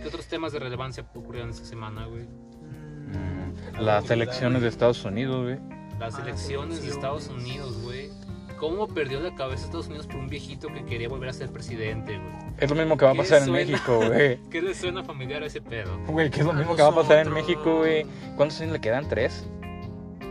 Speaker 3: ¿qué otros temas de relevancia ocurrieron esta semana, güey?
Speaker 4: Mm,
Speaker 2: Mm, Las elecciones de Estados Unidos, güey.
Speaker 3: Las
Speaker 4: Ah,
Speaker 3: elecciones de
Speaker 4: elecciones.
Speaker 3: Estados Unidos, güey. ¿Cómo perdió la cabeza Estados Unidos por un viejito que quería volver a ser presidente, güey?
Speaker 2: Es lo mismo que va a
Speaker 3: ¿Qué
Speaker 2: pasar en
Speaker 3: suena?
Speaker 2: México, güey.
Speaker 3: ¿Qué le suena familiar a ese pedo?
Speaker 2: *laughs* Güey, que es lo
Speaker 4: A
Speaker 2: mismo que va a pasar en
Speaker 4: nosotros.
Speaker 2: México, güey. ¿Cuántos años le quedan? ¿Tres?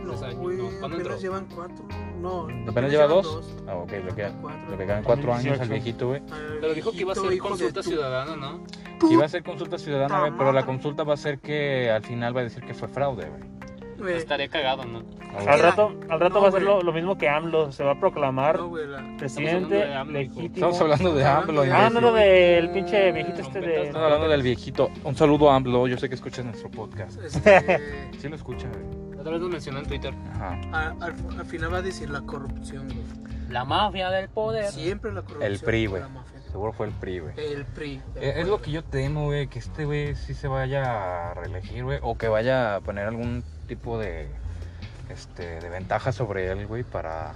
Speaker 4: No,
Speaker 3: Tres años,
Speaker 4: güey,
Speaker 3: Pues no. ¿Cuándo
Speaker 4: apenas
Speaker 3: entró?
Speaker 4: llevan cuatro. No,
Speaker 2: ¿Apenas lleva dos? Ah, ok, le quedan,
Speaker 4: Cuatro.
Speaker 2: le quedan cuatro años al
Speaker 1: 2018.
Speaker 2: viejito, güey.
Speaker 4: Ay,
Speaker 3: Pero dijo que iba a ser
Speaker 4: hijito, hijo de
Speaker 3: consulta
Speaker 4: tu-
Speaker 3: ciudadana, ¿no?
Speaker 2: Y va a ser consulta ciudadana, güey,
Speaker 4: Puta
Speaker 2: pero la
Speaker 4: madre.
Speaker 2: consulta va a ser que al final va a decir que fue fraude, güey.
Speaker 4: Güey,
Speaker 3: Estaría cagado, ¿no?
Speaker 1: Al
Speaker 4: Mira,
Speaker 1: rato, al rato
Speaker 4: no,
Speaker 1: va a ser
Speaker 4: güey.
Speaker 1: lo, lo mismo que AMLO. Se va a proclamar
Speaker 4: no,
Speaker 2: *laughs*
Speaker 4: güey, la-
Speaker 1: presidente
Speaker 3: hablando de AMLO, hijo.
Speaker 1: legítimo.
Speaker 2: Estamos hablando de
Speaker 4: Hablando
Speaker 2: AMLO,
Speaker 4: de-
Speaker 1: Ah, no,
Speaker 2: imbécil.
Speaker 1: no, del pinche viejito este de...
Speaker 2: Estamos hablando del viejito. Un saludo a AMLO, yo sé que escuchas nuestro podcast.
Speaker 4: este,
Speaker 2: Sí lo escucha, güey.
Speaker 3: Otra vez nos mencionó en Twitter.
Speaker 2: Ajá.
Speaker 4: a- al, al final va a decir la corrupción, güey.
Speaker 5: La mafia del poder.
Speaker 4: Siempre la corrupción.
Speaker 2: El PRI, güey.
Speaker 4: la mafia.
Speaker 2: Seguro fue el PRI, güey.
Speaker 4: El PRI. de
Speaker 2: Eh, Es lo
Speaker 4: acuerdo.
Speaker 2: que yo temo, güey, que este güey sí se vaya a reelegir, güey, o que vaya a poner algún tipo de, este, de ventaja sobre él, güey, para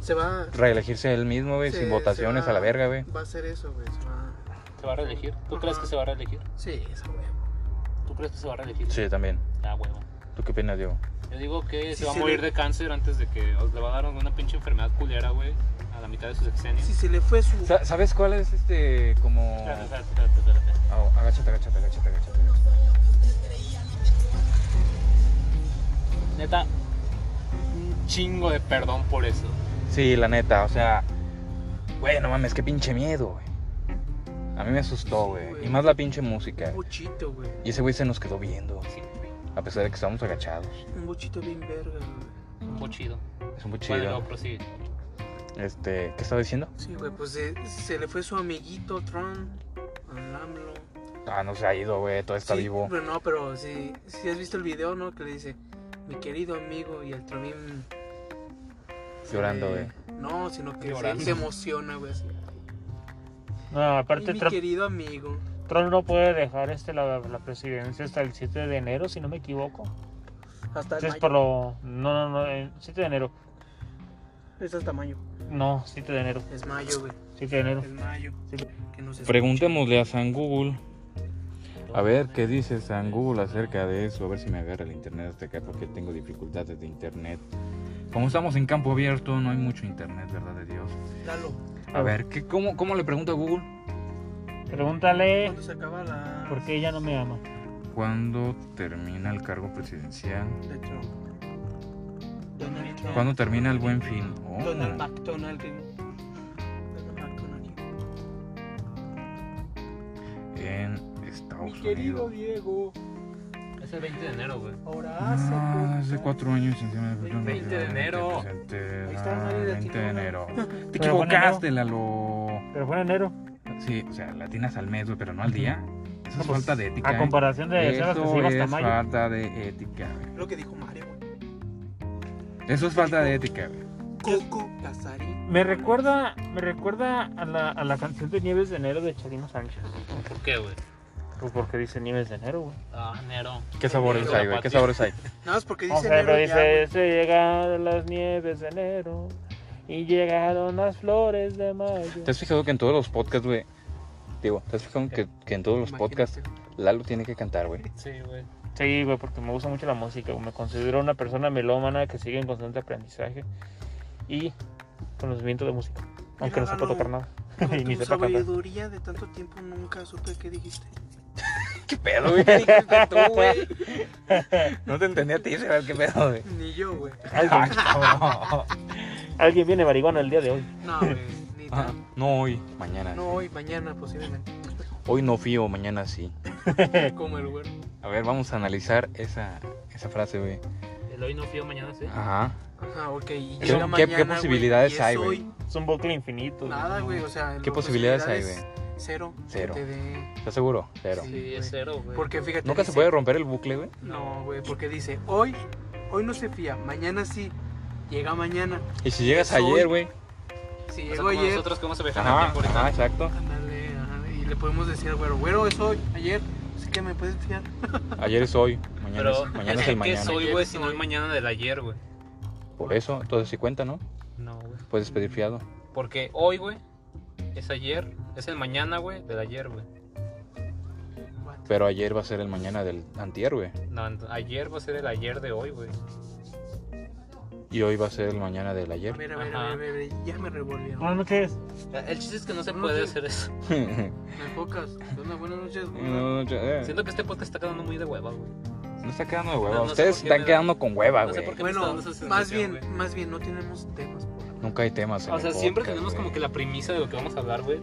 Speaker 4: Se va,
Speaker 2: reelegirse él mismo, güey,
Speaker 4: Sí,
Speaker 2: Pues, sin
Speaker 4: se
Speaker 2: votaciones
Speaker 4: va-
Speaker 2: a la verga, güey.
Speaker 4: va a ser eso, güey. se va-
Speaker 5: ¿Se va a reelegir? ¿Tú crees que se va a reelegir?
Speaker 4: Sí, esa güey.
Speaker 5: ¿Tú crees que se va a reelegir?
Speaker 2: Sí, también.
Speaker 5: Ah, huevo.
Speaker 2: ¿Tú qué opinas, Diego?
Speaker 5: Yo digo que
Speaker 4: Sí,
Speaker 5: se va a
Speaker 4: se
Speaker 5: morir
Speaker 4: le-
Speaker 5: de cáncer antes de que os le va a dar alguna pinche enfermedad culera, güey. A la mitad de sus sexenios.
Speaker 4: Si se le fue su.
Speaker 2: Sa- ¿Sabes cuál es este, como...
Speaker 5: Espérate, espérate, espérate, espérate.
Speaker 2: Ah, agáchate, agáchate, agáchate, agáchate.
Speaker 5: Neta, un chingo de perdón por eso.
Speaker 2: Sí, la neta, o sea, güey, no mames, qué pinche miedo, güey. A mí me asustó,
Speaker 4: Sí,
Speaker 2: güey.
Speaker 4: güey.
Speaker 2: Y más la pinche música.
Speaker 4: Un bochito, güey.
Speaker 2: Y ese güey se nos quedó viendo,
Speaker 5: Sí,
Speaker 2: a pesar de que estábamos agachados.
Speaker 4: Un bochito bien verga, güey.
Speaker 5: un pochido.
Speaker 2: Es muy chido.
Speaker 5: Bueno, luego prosigue.
Speaker 2: Este, ¿qué estaba diciendo?
Speaker 4: Sí, güey, pues se, se le fue su amiguito Tron al AMLO.
Speaker 2: Ah, no se ha ido, güey, todo está
Speaker 4: Sí,
Speaker 2: vivo.
Speaker 4: Pero no, pero si, si has visto el video, ¿no? Que le dice, mi querido amigo, y el Tron bien- se
Speaker 2: Llorando,
Speaker 4: le-
Speaker 2: güey.
Speaker 4: No, sino que se,
Speaker 5: Llorando.
Speaker 4: se emociona, güey. así.
Speaker 1: No,
Speaker 4: Y
Speaker 1: aparte
Speaker 4: mi
Speaker 1: Trump,
Speaker 4: querido amigo.
Speaker 1: Trump no puede dejar este, la, la presidencia hasta el 7 de enero, si no me equivoco.
Speaker 4: Hasta
Speaker 1: Entonces,
Speaker 4: mayo.
Speaker 1: por lo... No, no, no, el 7 de enero.
Speaker 4: Es hasta mayo.
Speaker 1: No, 7 de enero.
Speaker 4: Es mayo, güey.
Speaker 1: 7 de enero.
Speaker 4: Es mayo.
Speaker 1: Sí.
Speaker 4: Que no se
Speaker 2: Preguntémosle a San Google. A ver, ¿qué dice San Google acerca de eso? A ver si me agarra el internet hasta acá porque tengo dificultades de internet. Como estamos en campo abierto, no hay mucho internet, ¿verdad de Dios?
Speaker 4: escucha. Lalo,
Speaker 2: A ver, ¿qué, cómo, ¿cómo le pregunto a Google?
Speaker 1: Pregúntale
Speaker 4: ¿cuándo se acaba la.
Speaker 1: por qué ella no me ama.
Speaker 2: ¿Cuándo termina el cargo presidencial?
Speaker 4: de Trump? Donald Trump.
Speaker 2: ¿Cuándo termina el buen fin? Oh.
Speaker 4: Donald McDonald. Donald McDonald.
Speaker 2: en Estados
Speaker 5: Mi querido
Speaker 2: Unidos.
Speaker 5: Diego.
Speaker 3: Es el 20 de enero, güey.
Speaker 4: Ahora hace
Speaker 2: Ah, hace
Speaker 4: poco.
Speaker 2: cuatro años en Semana de
Speaker 3: 20 de enero.
Speaker 4: Ahí está, nadie le atinó
Speaker 2: 20 de
Speaker 4: nada.
Speaker 2: enero. Te
Speaker 1: Pero bueno,
Speaker 2: equivocaste, Lalo.
Speaker 1: Pero fue en enero.
Speaker 2: Sí, o sea, latinas al mes, güey, pero no al día. Eso es
Speaker 1: No, pues,
Speaker 2: falta de ética.
Speaker 1: A
Speaker 2: ¿eh?
Speaker 1: comparación de Sebas que se
Speaker 2: Eso
Speaker 1: iba hasta
Speaker 2: es
Speaker 1: mayo.
Speaker 2: falta de ética, güey.
Speaker 4: Lo que dijo Mario, güey.
Speaker 2: Eso es falta de ética, güey.
Speaker 4: Coco Casari.
Speaker 1: Me recuerda, me recuerda a la, a la canción de Nieves de Enero de Chalino Sánchez.
Speaker 3: ¿Por qué, güey?
Speaker 1: Pues porque dice Nieves de Enero, güey.
Speaker 3: Ah, enero.
Speaker 2: ¿Qué sabores
Speaker 3: Enero,
Speaker 2: hay,
Speaker 3: la
Speaker 2: güey? ¿Qué
Speaker 3: patria.
Speaker 2: sabores hay?
Speaker 4: Nada más porque dice.
Speaker 1: O sea,
Speaker 4: enero
Speaker 1: pero
Speaker 4: ya, güey.
Speaker 1: dice, se llegaron las nieves de enero y llegaron las flores de mayo.
Speaker 2: ¿Te has fijado que en todos los podcasts, güey? Digo, ¿te has fijado que, que en todos los
Speaker 4: Imagínate.
Speaker 2: podcasts Lalo tiene que cantar, güey?
Speaker 3: Sí, güey.
Speaker 1: Sí, güey, porque me gusta mucho la música. güey. Me considero una persona melómana que sigue en constante aprendizaje y conocimiento de música. Aunque no sepa
Speaker 4: Míralo.
Speaker 1: tocar nada.
Speaker 4: Con
Speaker 1: *laughs* y ni
Speaker 4: tu
Speaker 1: sepa cantar.
Speaker 4: sabiduría de tanto tiempo nunca supe qué dijiste.
Speaker 2: ¿Qué pedo, güey?
Speaker 4: ¿Qué dijiste tú, güey?
Speaker 2: No te entendí a ti, se qué pedo, güey.
Speaker 4: Ni yo, güey.
Speaker 1: Alguien, alguien viene marihuana el día de hoy.
Speaker 4: No, güey. Ni
Speaker 2: Ah,
Speaker 4: tan.
Speaker 2: no hoy, mañana.
Speaker 4: No, hoy, mañana posiblemente.
Speaker 2: Hoy no fío, mañana sí.
Speaker 1: Eh.
Speaker 4: Como el güey.
Speaker 2: A ver, vamos a analizar esa, esa frase, güey.
Speaker 3: El hoy no fío, mañana sí.
Speaker 2: Ajá.
Speaker 4: Ajá, ok. y
Speaker 2: ¿Qué-
Speaker 4: llega
Speaker 2: qué-
Speaker 4: mañana,
Speaker 2: qué
Speaker 4: güey,
Speaker 2: posibilidades
Speaker 4: y es
Speaker 2: hay, güey?
Speaker 4: hoy.
Speaker 1: Es un bucle infinito. güey.
Speaker 4: Nada, güey. O sea,
Speaker 2: ¿Qué
Speaker 4: Pues, no,
Speaker 2: posibilidades hay, güey?
Speaker 4: Cero. que
Speaker 2: Cero.
Speaker 4: te dé-
Speaker 2: ¿Estás seguro? Cero.
Speaker 4: Sí,
Speaker 3: Sí, es
Speaker 4: güey.
Speaker 3: cero, güey.
Speaker 4: Porque fíjate.
Speaker 2: Nunca se
Speaker 4: dice-
Speaker 2: puede romper el bucle, güey.
Speaker 4: No, güey, porque dice, hoy, hoy no se fía, mañana sí, llega mañana.
Speaker 2: Y si llegas
Speaker 4: Soy-
Speaker 2: ayer, güey.
Speaker 4: Si
Speaker 5: O sea,
Speaker 4: llegó
Speaker 5: como
Speaker 4: ayer,
Speaker 5: nosotros que vamos a viajar en el
Speaker 2: Ajá,
Speaker 5: tiempo ahorita.
Speaker 2: ajá, exacto.
Speaker 4: ándale, ajá, y le podemos decir, al güero, güero, es hoy, ayer, así que me puedes fiar.
Speaker 2: Ayer es hoy, mañana,
Speaker 3: Pero
Speaker 2: es, mañana es el
Speaker 3: ¿Qué
Speaker 2: mañana.
Speaker 3: soy,
Speaker 4: Ayer
Speaker 3: güey?
Speaker 4: es
Speaker 3: Si no
Speaker 4: hoy.
Speaker 3: es mañana del ayer, güey.
Speaker 2: Por eso, entonces sí cuenta, ¿no?
Speaker 3: No, güey.
Speaker 2: Puedes pedir fiado.
Speaker 3: Porque hoy, güey, es ayer. Es el mañana, güey, del ayer, güey.
Speaker 4: What?
Speaker 2: Pero ayer va a ser el mañana del antier, güey.
Speaker 3: No, ent- ayer va a ser el ayer de hoy, güey.
Speaker 2: Y hoy va a ser el mañana del
Speaker 4: A
Speaker 2: ayer.
Speaker 4: ver, a ver,
Speaker 3: Ajá. Ah.
Speaker 4: a ver, a ver, ya me revolvieron.
Speaker 1: Buenas noches.
Speaker 3: El chiste es que no se
Speaker 4: No,
Speaker 3: puede
Speaker 4: sí.
Speaker 3: hacer eso.
Speaker 4: Me enfocas, ¿Qué onda? buenas noches.
Speaker 2: No, no, eh,
Speaker 3: Siento que este podcast está quedando muy de hueva, güey.
Speaker 2: no está quedando de
Speaker 3: No,
Speaker 2: hueva.
Speaker 3: no sé
Speaker 2: Ustedes
Speaker 3: por qué
Speaker 2: están
Speaker 3: me-
Speaker 2: quedando con hueva,
Speaker 3: no sé
Speaker 2: güey.
Speaker 3: por qué me está
Speaker 4: Bueno,
Speaker 3: dando esa
Speaker 4: más
Speaker 3: sensación,
Speaker 4: bien,
Speaker 3: güey.
Speaker 4: más bien, no tenemos temas, por favor.
Speaker 2: Nunca hay temas. en
Speaker 3: O
Speaker 2: el
Speaker 3: sea, siempre
Speaker 2: podcast,
Speaker 3: tenemos como
Speaker 2: güey.
Speaker 3: que la premisa de lo que vamos a hablar, güey.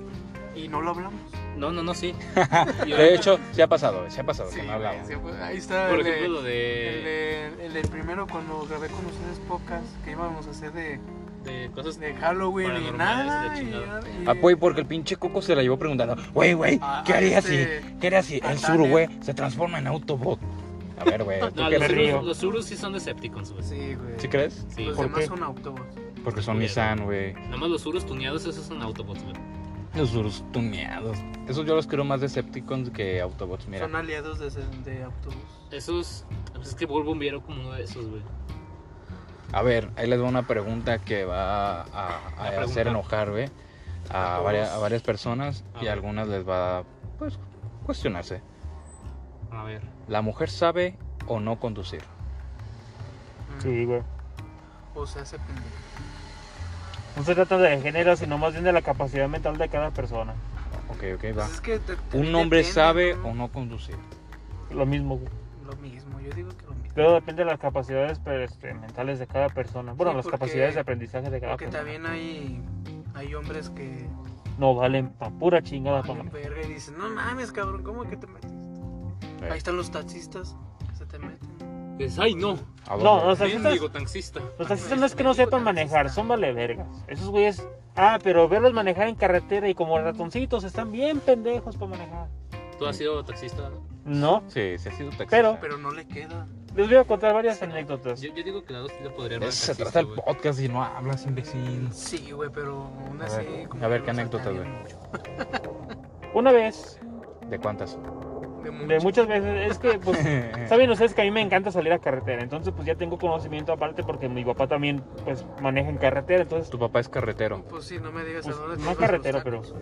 Speaker 4: Y no lo hablamos.
Speaker 3: No, no, no, sí.
Speaker 2: De
Speaker 3: Y ahorita,
Speaker 2: hecho, se ha pasado, güey, se ha pasado. que no hablamos.
Speaker 4: se fue. ahí está
Speaker 3: por
Speaker 4: el, de-
Speaker 3: ejemplo, lo
Speaker 4: el,
Speaker 3: de,
Speaker 4: de- el del primero cuando grabé con ustedes pocas, que íbamos a hacer de,
Speaker 3: de cosas
Speaker 4: de Halloween y
Speaker 3: Paranormales,
Speaker 4: nada.
Speaker 3: la
Speaker 4: y
Speaker 3: chingada.
Speaker 4: nada, y-
Speaker 2: Ah, güey, porque el pinche Coco se la llevó preguntando, güey, güey,
Speaker 4: Ah,
Speaker 2: ¿qué haría si,
Speaker 4: este-
Speaker 2: qué haría si el
Speaker 4: Titanic.
Speaker 2: sur, güey, se transforma en Autobot? A ver, güey, ¿tú
Speaker 3: *laughs* No,
Speaker 2: qué
Speaker 3: los
Speaker 1: me río.
Speaker 3: Urus, los Urus sí son Decepticons, güey.
Speaker 4: Sí, güey.
Speaker 2: ¿Sí crees?
Speaker 3: Sí,
Speaker 4: Los
Speaker 3: güey.
Speaker 4: demás
Speaker 1: qué?
Speaker 4: son Autobots.
Speaker 2: Porque son Nissan, güey.
Speaker 3: Nomás los Urus tuneados, esos son Autobots, güey.
Speaker 2: Los duros tuneados. Esos yo los quiero más Decepticons que Autobots, mira.
Speaker 4: Son aliados de, de Autobots.
Speaker 3: Esos. pues es que Bulbumbiero como uno de esos, güey.
Speaker 2: A ver, ahí les doy una pregunta que va a, a- a
Speaker 3: pregunta.
Speaker 2: hacer enojar, güey, a,
Speaker 3: A todos.
Speaker 2: varias, a varias personas
Speaker 3: A
Speaker 2: y
Speaker 3: ver.
Speaker 2: a algunas les va a, pues, cuestionarse.
Speaker 3: A ver.
Speaker 2: ¿La mujer sabe o no conducir?
Speaker 1: Sí, güey.
Speaker 4: O sea, se pendejo.
Speaker 1: No se trata de género, sino más bien de la capacidad mental de cada persona.
Speaker 2: Ok, ok, va.
Speaker 4: Pues es que te-
Speaker 2: ¿Un
Speaker 4: también
Speaker 2: hombre
Speaker 4: depende,
Speaker 2: sabe o no conducir?
Speaker 1: Lo mismo, güey.
Speaker 4: Lo mismo, yo digo que lo mismo.
Speaker 1: Pero depende de las capacidades pero, este, mentales de cada persona. Bueno,
Speaker 4: Sí,
Speaker 1: las
Speaker 4: porque-
Speaker 1: capacidades de aprendizaje de cada
Speaker 4: Porque
Speaker 1: persona.
Speaker 4: también hay, hay hombres que
Speaker 1: No valen pa' pura chingada para
Speaker 4: van verga y dicen, no mames, cabrón, ¿cómo que te metiste? Ahí están los taxistas que se te meten.
Speaker 3: Pues, ay, no.
Speaker 2: ¿A dónde?
Speaker 1: No, los taxistas,
Speaker 3: Mendigo taxista.
Speaker 1: los taxistas no es que no sepan manejar, son vale vergas. Esos güeyes. Ah, pero verlos manejar en carretera y como ratoncitos están bien pendejos para manejar.
Speaker 3: Tú has sido taxista, ¿no?
Speaker 1: No.
Speaker 2: Sí, se ha sido taxista.
Speaker 1: Pero-
Speaker 4: Pero no le queda.
Speaker 1: Les voy a contar varias anécdotas.
Speaker 3: Yo, yo digo que la dos sí le podría
Speaker 2: De
Speaker 3: armar
Speaker 2: eso se
Speaker 3: taxista,
Speaker 2: trata el
Speaker 3: güey.
Speaker 2: podcast y no hablas, imbécil.
Speaker 4: Sí, güey, pero aún
Speaker 2: A
Speaker 4: así.
Speaker 2: ver,
Speaker 4: como
Speaker 2: a ver
Speaker 4: que
Speaker 2: qué
Speaker 4: los
Speaker 2: anécdotas,
Speaker 4: atacan
Speaker 2: güey.
Speaker 4: mucho.
Speaker 1: Una vez, *laughs*
Speaker 2: ¿De cuántas?
Speaker 4: De
Speaker 1: de
Speaker 4: mucho.
Speaker 1: muchas veces, es que
Speaker 2: *laughs*
Speaker 1: pues Saben ustedes que a mí me encanta salir a carretera, entonces pues ya tengo conocimiento aparte porque mi papá también pues maneja en carretera, entonces
Speaker 2: Tu papá es carretero.
Speaker 4: Pues sí, no me digas
Speaker 1: pues,
Speaker 4: a dónde te
Speaker 1: no
Speaker 4: ibas
Speaker 1: carretera,
Speaker 4: los
Speaker 1: pero
Speaker 4: tacos.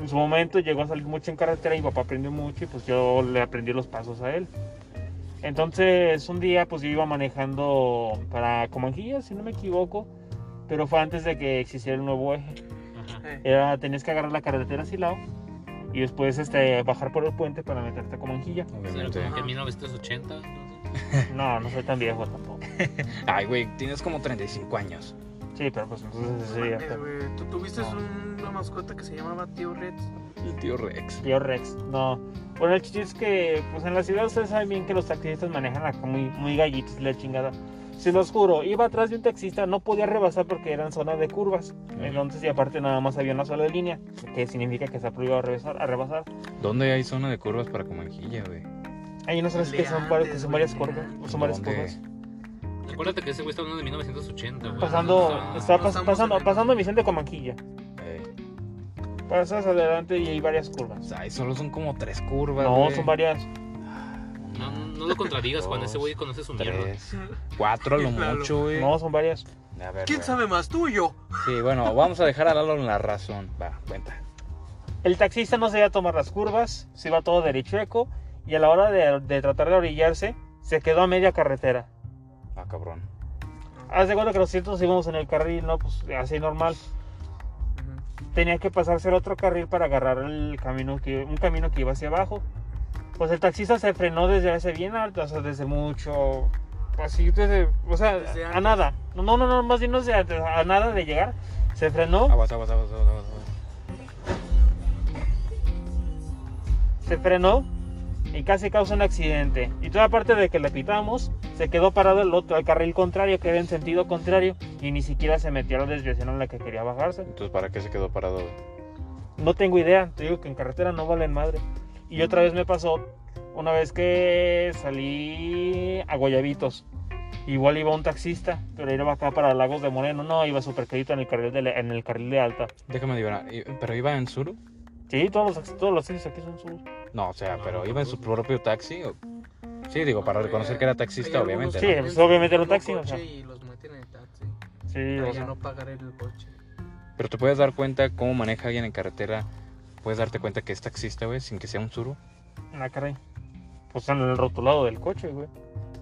Speaker 1: en su momento llegó a salir mucho en carretera y mi papá aprendió mucho y pues yo le aprendí los pasos a él. Entonces un día pues yo iba manejando para Comanjilla, si no me equivoco, pero fue antes de que existiera el nuevo eje.
Speaker 3: Ajá.
Speaker 4: Eh,
Speaker 1: Era, tenías que agarrar la carretera hacia el lado y después este, bajar por el puente para meterte a Comanjilla.
Speaker 3: Sí, era
Speaker 2: Obviamente.
Speaker 3: como que
Speaker 4: Ajá.
Speaker 3: 1980. no sé.
Speaker 1: No, no soy tan viejo tampoco.
Speaker 2: Ay, güey, tienes como 35 años.
Speaker 1: Sí, pero pues entonces sí,
Speaker 4: Mames,
Speaker 1: hasta-
Speaker 4: eh, güey, Tú tuviste
Speaker 1: No.
Speaker 4: un- una mascota que se llamaba Tío Red.
Speaker 2: El tío Rex.
Speaker 1: Tío Rex, no. Bueno, el chiste es que, pues en la ciudad ustedes saben bien que los taxistas manejan acá muy, muy gallitos, la chingada. Se los juro, iba atrás de un taxista, no podía rebasar porque eran zonas de curvas. Entonces, y aparte nada más había una sola línea, que significa que está prohibido rebasar, a rebasar.
Speaker 2: ¿Dónde hay zona de curvas para Comanjilla, güey?
Speaker 1: Hay unas zonas que son, varias- que son varias curvas, son varias
Speaker 2: ¿Dónde?
Speaker 1: curvas.
Speaker 5: Acuérdate que ese güey está hablando de 1980, güey.
Speaker 1: Pasando,
Speaker 5: Ah,
Speaker 1: está
Speaker 4: no
Speaker 1: pas-
Speaker 4: estamos
Speaker 1: pasando,
Speaker 4: en el-
Speaker 1: pasando Vicente con manquilla.
Speaker 2: Eh,
Speaker 1: Pasas adelante y hay varias
Speaker 2: o
Speaker 1: curvas.
Speaker 2: sea, ahí solo son como tres curvas.
Speaker 1: No,
Speaker 2: güey.
Speaker 1: son varias.
Speaker 5: No, no lo contradigas, Juan. Ese güey conoce su mierda.
Speaker 2: Tres, cuatro a lo
Speaker 4: Lalo.
Speaker 2: mucho, güey.
Speaker 1: No, son varias.
Speaker 2: A ver,
Speaker 4: ¿Quién
Speaker 2: güey.
Speaker 4: sabe más? ¿Tú o yo?
Speaker 2: Sí, bueno, vamos a dejar a Lalo en la razón. Va, cuenta.
Speaker 1: El taxista no se iba a tomar las curvas, se iba todo derechueco y a la hora de, de tratar de orillarse, se quedó a media carretera.
Speaker 2: Ah, cabrón.
Speaker 1: Haz de cuenta que nosotros íbamos en el carril, ¿no? Pues así normal. Tenía que pasarse al otro carril para agarrar el camino que, un camino que iba hacia abajo. Pues el taxista se frenó desde hace bien alto, o sea, desde mucho. Así, desde. O sea,
Speaker 4: Desde
Speaker 1: a
Speaker 4: antes.
Speaker 1: nada. No, no, no, más bien no desde antes, a nada de llegar. Se frenó.
Speaker 2: Aguas, aguas, aguas, aguas, aguas, aguas.
Speaker 1: se frenó y casi causa un accidente. Y toda parte de que le pitamos, se quedó parado el otro, al carril contrario, que era en sentido contrario, y ni siquiera se metió a la desviación en la que quería bajarse.
Speaker 2: Entonces, ¿para qué se quedó parado?
Speaker 1: No tengo idea, te digo que en carretera no valen madre. Y otra vez me pasó, una vez que salí a Guayabitos. Igual iba un taxista, pero iba acá para Lagos de Moreno. No, iba súper quedito en el carril de, la- en el carril de alta.
Speaker 2: Déjame liberar. ¿Y- ¿Pero iba en Zuru?
Speaker 1: Sí, todos los, todos los taxis aquí son sus.
Speaker 2: No, o sea,
Speaker 5: No,
Speaker 2: pero
Speaker 5: no,
Speaker 2: iba en su propio taxi. o- Sí, digo,
Speaker 4: Ah,
Speaker 2: para reconocer que era taxista, obviamente.
Speaker 1: Sí,
Speaker 2: ¿no?
Speaker 1: pues, obviamente era un taxi,
Speaker 4: Coche
Speaker 1: o sea.
Speaker 4: Y los meten en el taxi.
Speaker 1: Sí, o
Speaker 4: Para Ah, ya
Speaker 1: sea,
Speaker 4: no pagar el coche.
Speaker 2: Pero te puedes dar cuenta cómo maneja alguien en carretera. Puedes darte cuenta que es taxista, güey, sin que sea un Zuru.
Speaker 1: ah, caray. Pues en el rotulado del coche, güey.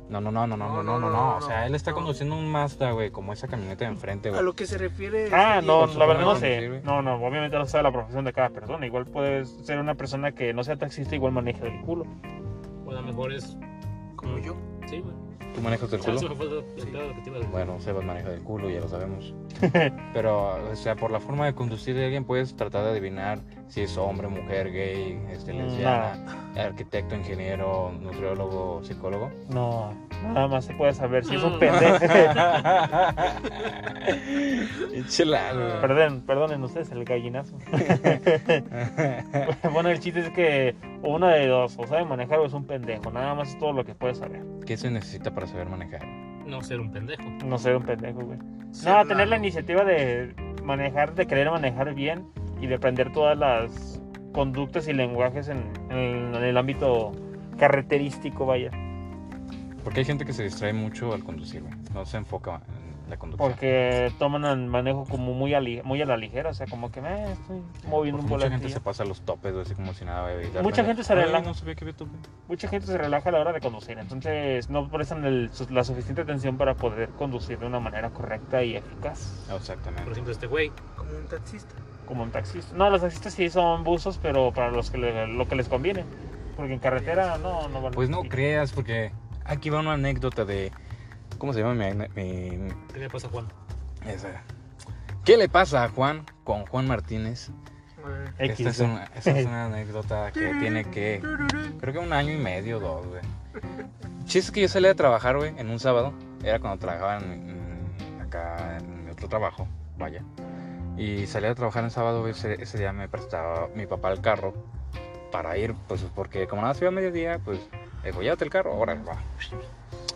Speaker 2: No, no, no, no, no, no, no, no, no. O sea, él está conduciendo un Mazda, güey, como esa camioneta de enfrente,
Speaker 4: A
Speaker 2: güey.
Speaker 4: lo que se refiere.
Speaker 1: Ah, no,
Speaker 2: con
Speaker 4: este Diego,
Speaker 2: su
Speaker 1: la verdad no
Speaker 2: mano, sí,
Speaker 1: sé.
Speaker 2: güey.
Speaker 1: No, no, obviamente no sabe la profesión de cada persona. Igual puede ser una persona que no sea taxista, igual maneja del culo.
Speaker 5: O a lo mejor es.
Speaker 4: Como yo.
Speaker 5: Sí, güey.
Speaker 2: ¿Tú manejas del
Speaker 5: Ah,
Speaker 2: culo?
Speaker 5: se me fue el- el pedo de lo que te iba a decir.
Speaker 2: Bueno, Sebas maneja del culo, ya lo sabemos. Pero, o sea, por la forma de conducir de alguien puedes tratar de adivinar si es hombre, mujer, gay, este,
Speaker 1: Mm,
Speaker 2: lesbiana, arquitecto, ingeniero, nutriólogo, psicólogo.
Speaker 1: No, nada más se puede saber si es
Speaker 2: Mm.
Speaker 1: un
Speaker 5: No.
Speaker 2: *laughs*
Speaker 1: pendejo.
Speaker 2: Pinche Lalo.
Speaker 1: Perdón, perdonen ustedes el
Speaker 2: *laughs*
Speaker 1: gallinazo. bueno, el chiste es que o una de dos, o sabe manejar o es un pendejo. Nada más es todo lo que puede saber.
Speaker 2: ¿Qué se necesita para saber manejar?
Speaker 5: No ser un pendejo.
Speaker 1: No ser un pendejo, güey. No,
Speaker 4: Ser
Speaker 1: tener la
Speaker 4: Lalo.
Speaker 1: iniciativa de manejar, de querer manejar bien y de aprender todas las conductas y lenguajes en, en- en el ámbito carreterístico, vaya.
Speaker 2: Porque hay gente que se distrae mucho al conducir, güey. No se enfoca en la conducción.
Speaker 1: Porque toman el manejo como muy a, li- muy a la ligera, o sea, como que me estoy moviendo
Speaker 2: Porque
Speaker 1: un
Speaker 2: mucha
Speaker 1: volante.
Speaker 2: gente se pasa los topes, güey, así como si nada, güey. y de
Speaker 1: Mucha
Speaker 2: repente,
Speaker 1: gente se
Speaker 2: "Ay,
Speaker 1: relaja".
Speaker 2: No sabía que había tope.
Speaker 1: Mucha gente se relaja a la hora de conducir, entonces no prestan el- su- la suficiente atención para poder conducir de una manera correcta y eficaz,
Speaker 2: Exactamente.
Speaker 5: Por ejemplo, este güey.
Speaker 4: Como un taxista.
Speaker 1: como un taxista. No, los taxistas sí son buzos, pero para los que le- lo que les conviene. Porque en carretera no, no van
Speaker 2: Pues no
Speaker 1: y-
Speaker 2: creas, porque aquí va una anécdota de. ¿Cómo se llama mi. ane- mi-
Speaker 5: ¿Qué le pasa a Juan?
Speaker 2: esa? ¿Qué le pasa a Juan con Juan Martínez?
Speaker 4: Güey.
Speaker 1: X, ¿eh?
Speaker 2: Esta Este es,
Speaker 1: güey.
Speaker 2: una, esta es una anécdota que tiene que. Creo que un año y medio, dos, güey. Chiste que yo salía a trabajar, güey, en un sábado. Era cuando trabajaba en- en- acá en mi otro trabajo, vaya. Y salía a trabajar en sábado, güey. Ese, ese día me prestaba mi papá el carro para ir, pues porque como nada se iba a mediodía, pues dijo, llévate el carro, ahora va.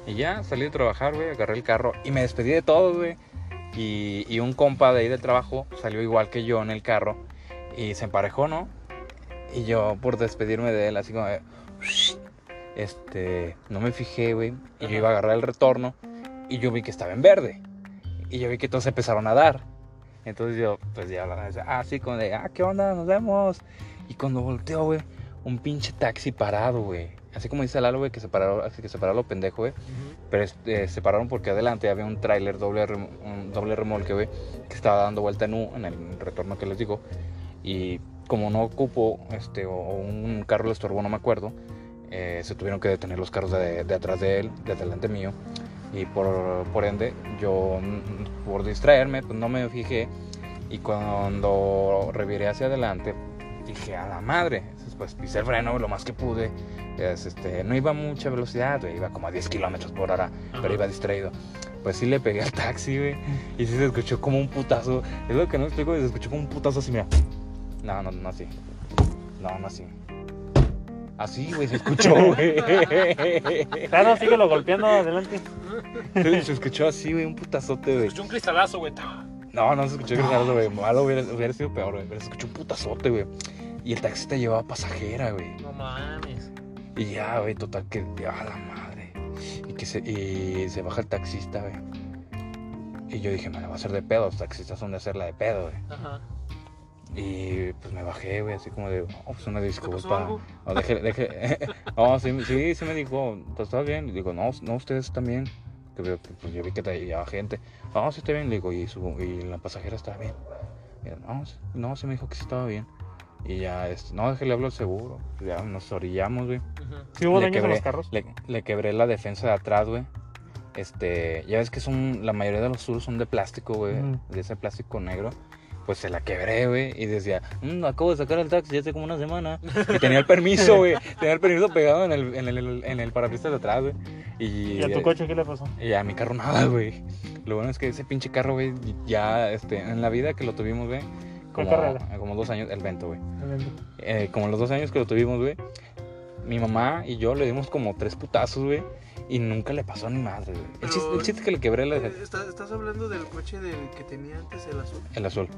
Speaker 2: Y ya salí a trabajar, güey, agarré el carro y me despedí de todo, güey. Y, y un compa de ahí del trabajo salió igual que yo en el carro y se emparejó, ¿no? Y yo, por despedirme de él, así como de, Este, no me fijé, güey. Y yo iba a agarrar el retorno. Y yo vi que estaba en verde. Y yo vi que todos empezaron a dar. Entonces yo, pues ya, así como de, ah, ¿qué onda? Nos vemos. Y cuando volteo, güey, un pinche taxi parado, güey. Así como dice Lalo, güey, que se paró, así que se paró lo pendejo, güey. Pero este, se pararon porque adelante había un tráiler doble, rem- un doble remolque, güey, que estaba dando vuelta en U en el retorno que les digo. Y como no ocupó este, o, o un carro lo estorbó, no me acuerdo, eh, se tuvieron que detener los carros de, de atrás de él, de delante mío. Y por, por ende, yo mm, por distraerme, pues no me fijé. Y cuando reviré hacia adelante, dije, a la madre. Entonces, pues pisé el freno lo más que pude. Es, este, no iba a mucha velocidad, güey, iba como a 10 kilómetros por hora, pero iba distraído. Pues sí le pegué al taxi, güey. Y sí se escuchó como un putazo. Es lo que no explico, se escuchó como un putazo así, mira. No, no, no así. No, no así. Así, güey, se escuchó, güey.
Speaker 1: Claro, síguelo golpeando adelante.
Speaker 2: Se, se escuchó así, güey, Pues, un putazote, güey.
Speaker 5: Escuché un cristalazo, güey.
Speaker 2: No, no se escuchó gritarlo, güey. Malo hubiera, hubiera sido peor, güey. Pero se escuchó un putazote, güey. Y el taxista llevaba pasajera, güey.
Speaker 4: No mames.
Speaker 2: Y ya, güey, total que a la madre. Y que se, y se baja el taxista, güey. Y yo dije, me la va a hacer de pedo, los taxistas son de hacerla de pedo, güey.
Speaker 4: Ajá.
Speaker 2: Y pues me bajé, güey, así como de, oh, pues una
Speaker 4: ¿Te pasó
Speaker 2: disculpa.
Speaker 4: algo?
Speaker 2: No, deje, deje. *laughs* No, sí, sí, sí me dijo, pues está bien. Y digo, no, no, ustedes también. Que veo que, pues, yo vi que traía gente. No, sí está bien. Le digo, y, su, y la pasajera está bien. Y, no, sí- no, sí me dijo que sí estaba bien. Y ya, este, no, déjale hablar al seguro. Ya nos orillamos, güey.
Speaker 4: Ujú.
Speaker 1: ¿Sí hubo
Speaker 2: Le
Speaker 1: daños a
Speaker 2: quebré.
Speaker 1: los carros?
Speaker 2: Le, le quebré la defensa de atrás, güey. Este, ya ves que son, la mayoría de los suros son de plástico, güey,
Speaker 1: Ujú.
Speaker 2: de ese plástico negro. Pues se la quebré, güey, y decía, "Mm, acabo de sacar el taxi ya hace como una semana. Y tenía el permiso, güey, tenía el permiso pegado en el, en el, en el parabrisas de atrás, güey. Y,
Speaker 1: ¿Y a tu coche qué le pasó?
Speaker 2: y a mi carro nada, güey. Lo bueno es que ese pinche carro, güey, ya, este, en la vida que lo tuvimos, güey,
Speaker 1: ¿Cuál
Speaker 2: como,
Speaker 1: carro
Speaker 2: como dos años, el vento, güey. Eh, como los dos años que lo tuvimos, güey, mi mamá y yo le dimos como tres putazos, güey, y nunca le pasó ni madre, güey. El,
Speaker 4: Pero-
Speaker 2: chiste, el chiste que le quebré la,
Speaker 4: Eh, ¿Estás, estás hablando del coche del que tenía antes el azul.
Speaker 2: el azul.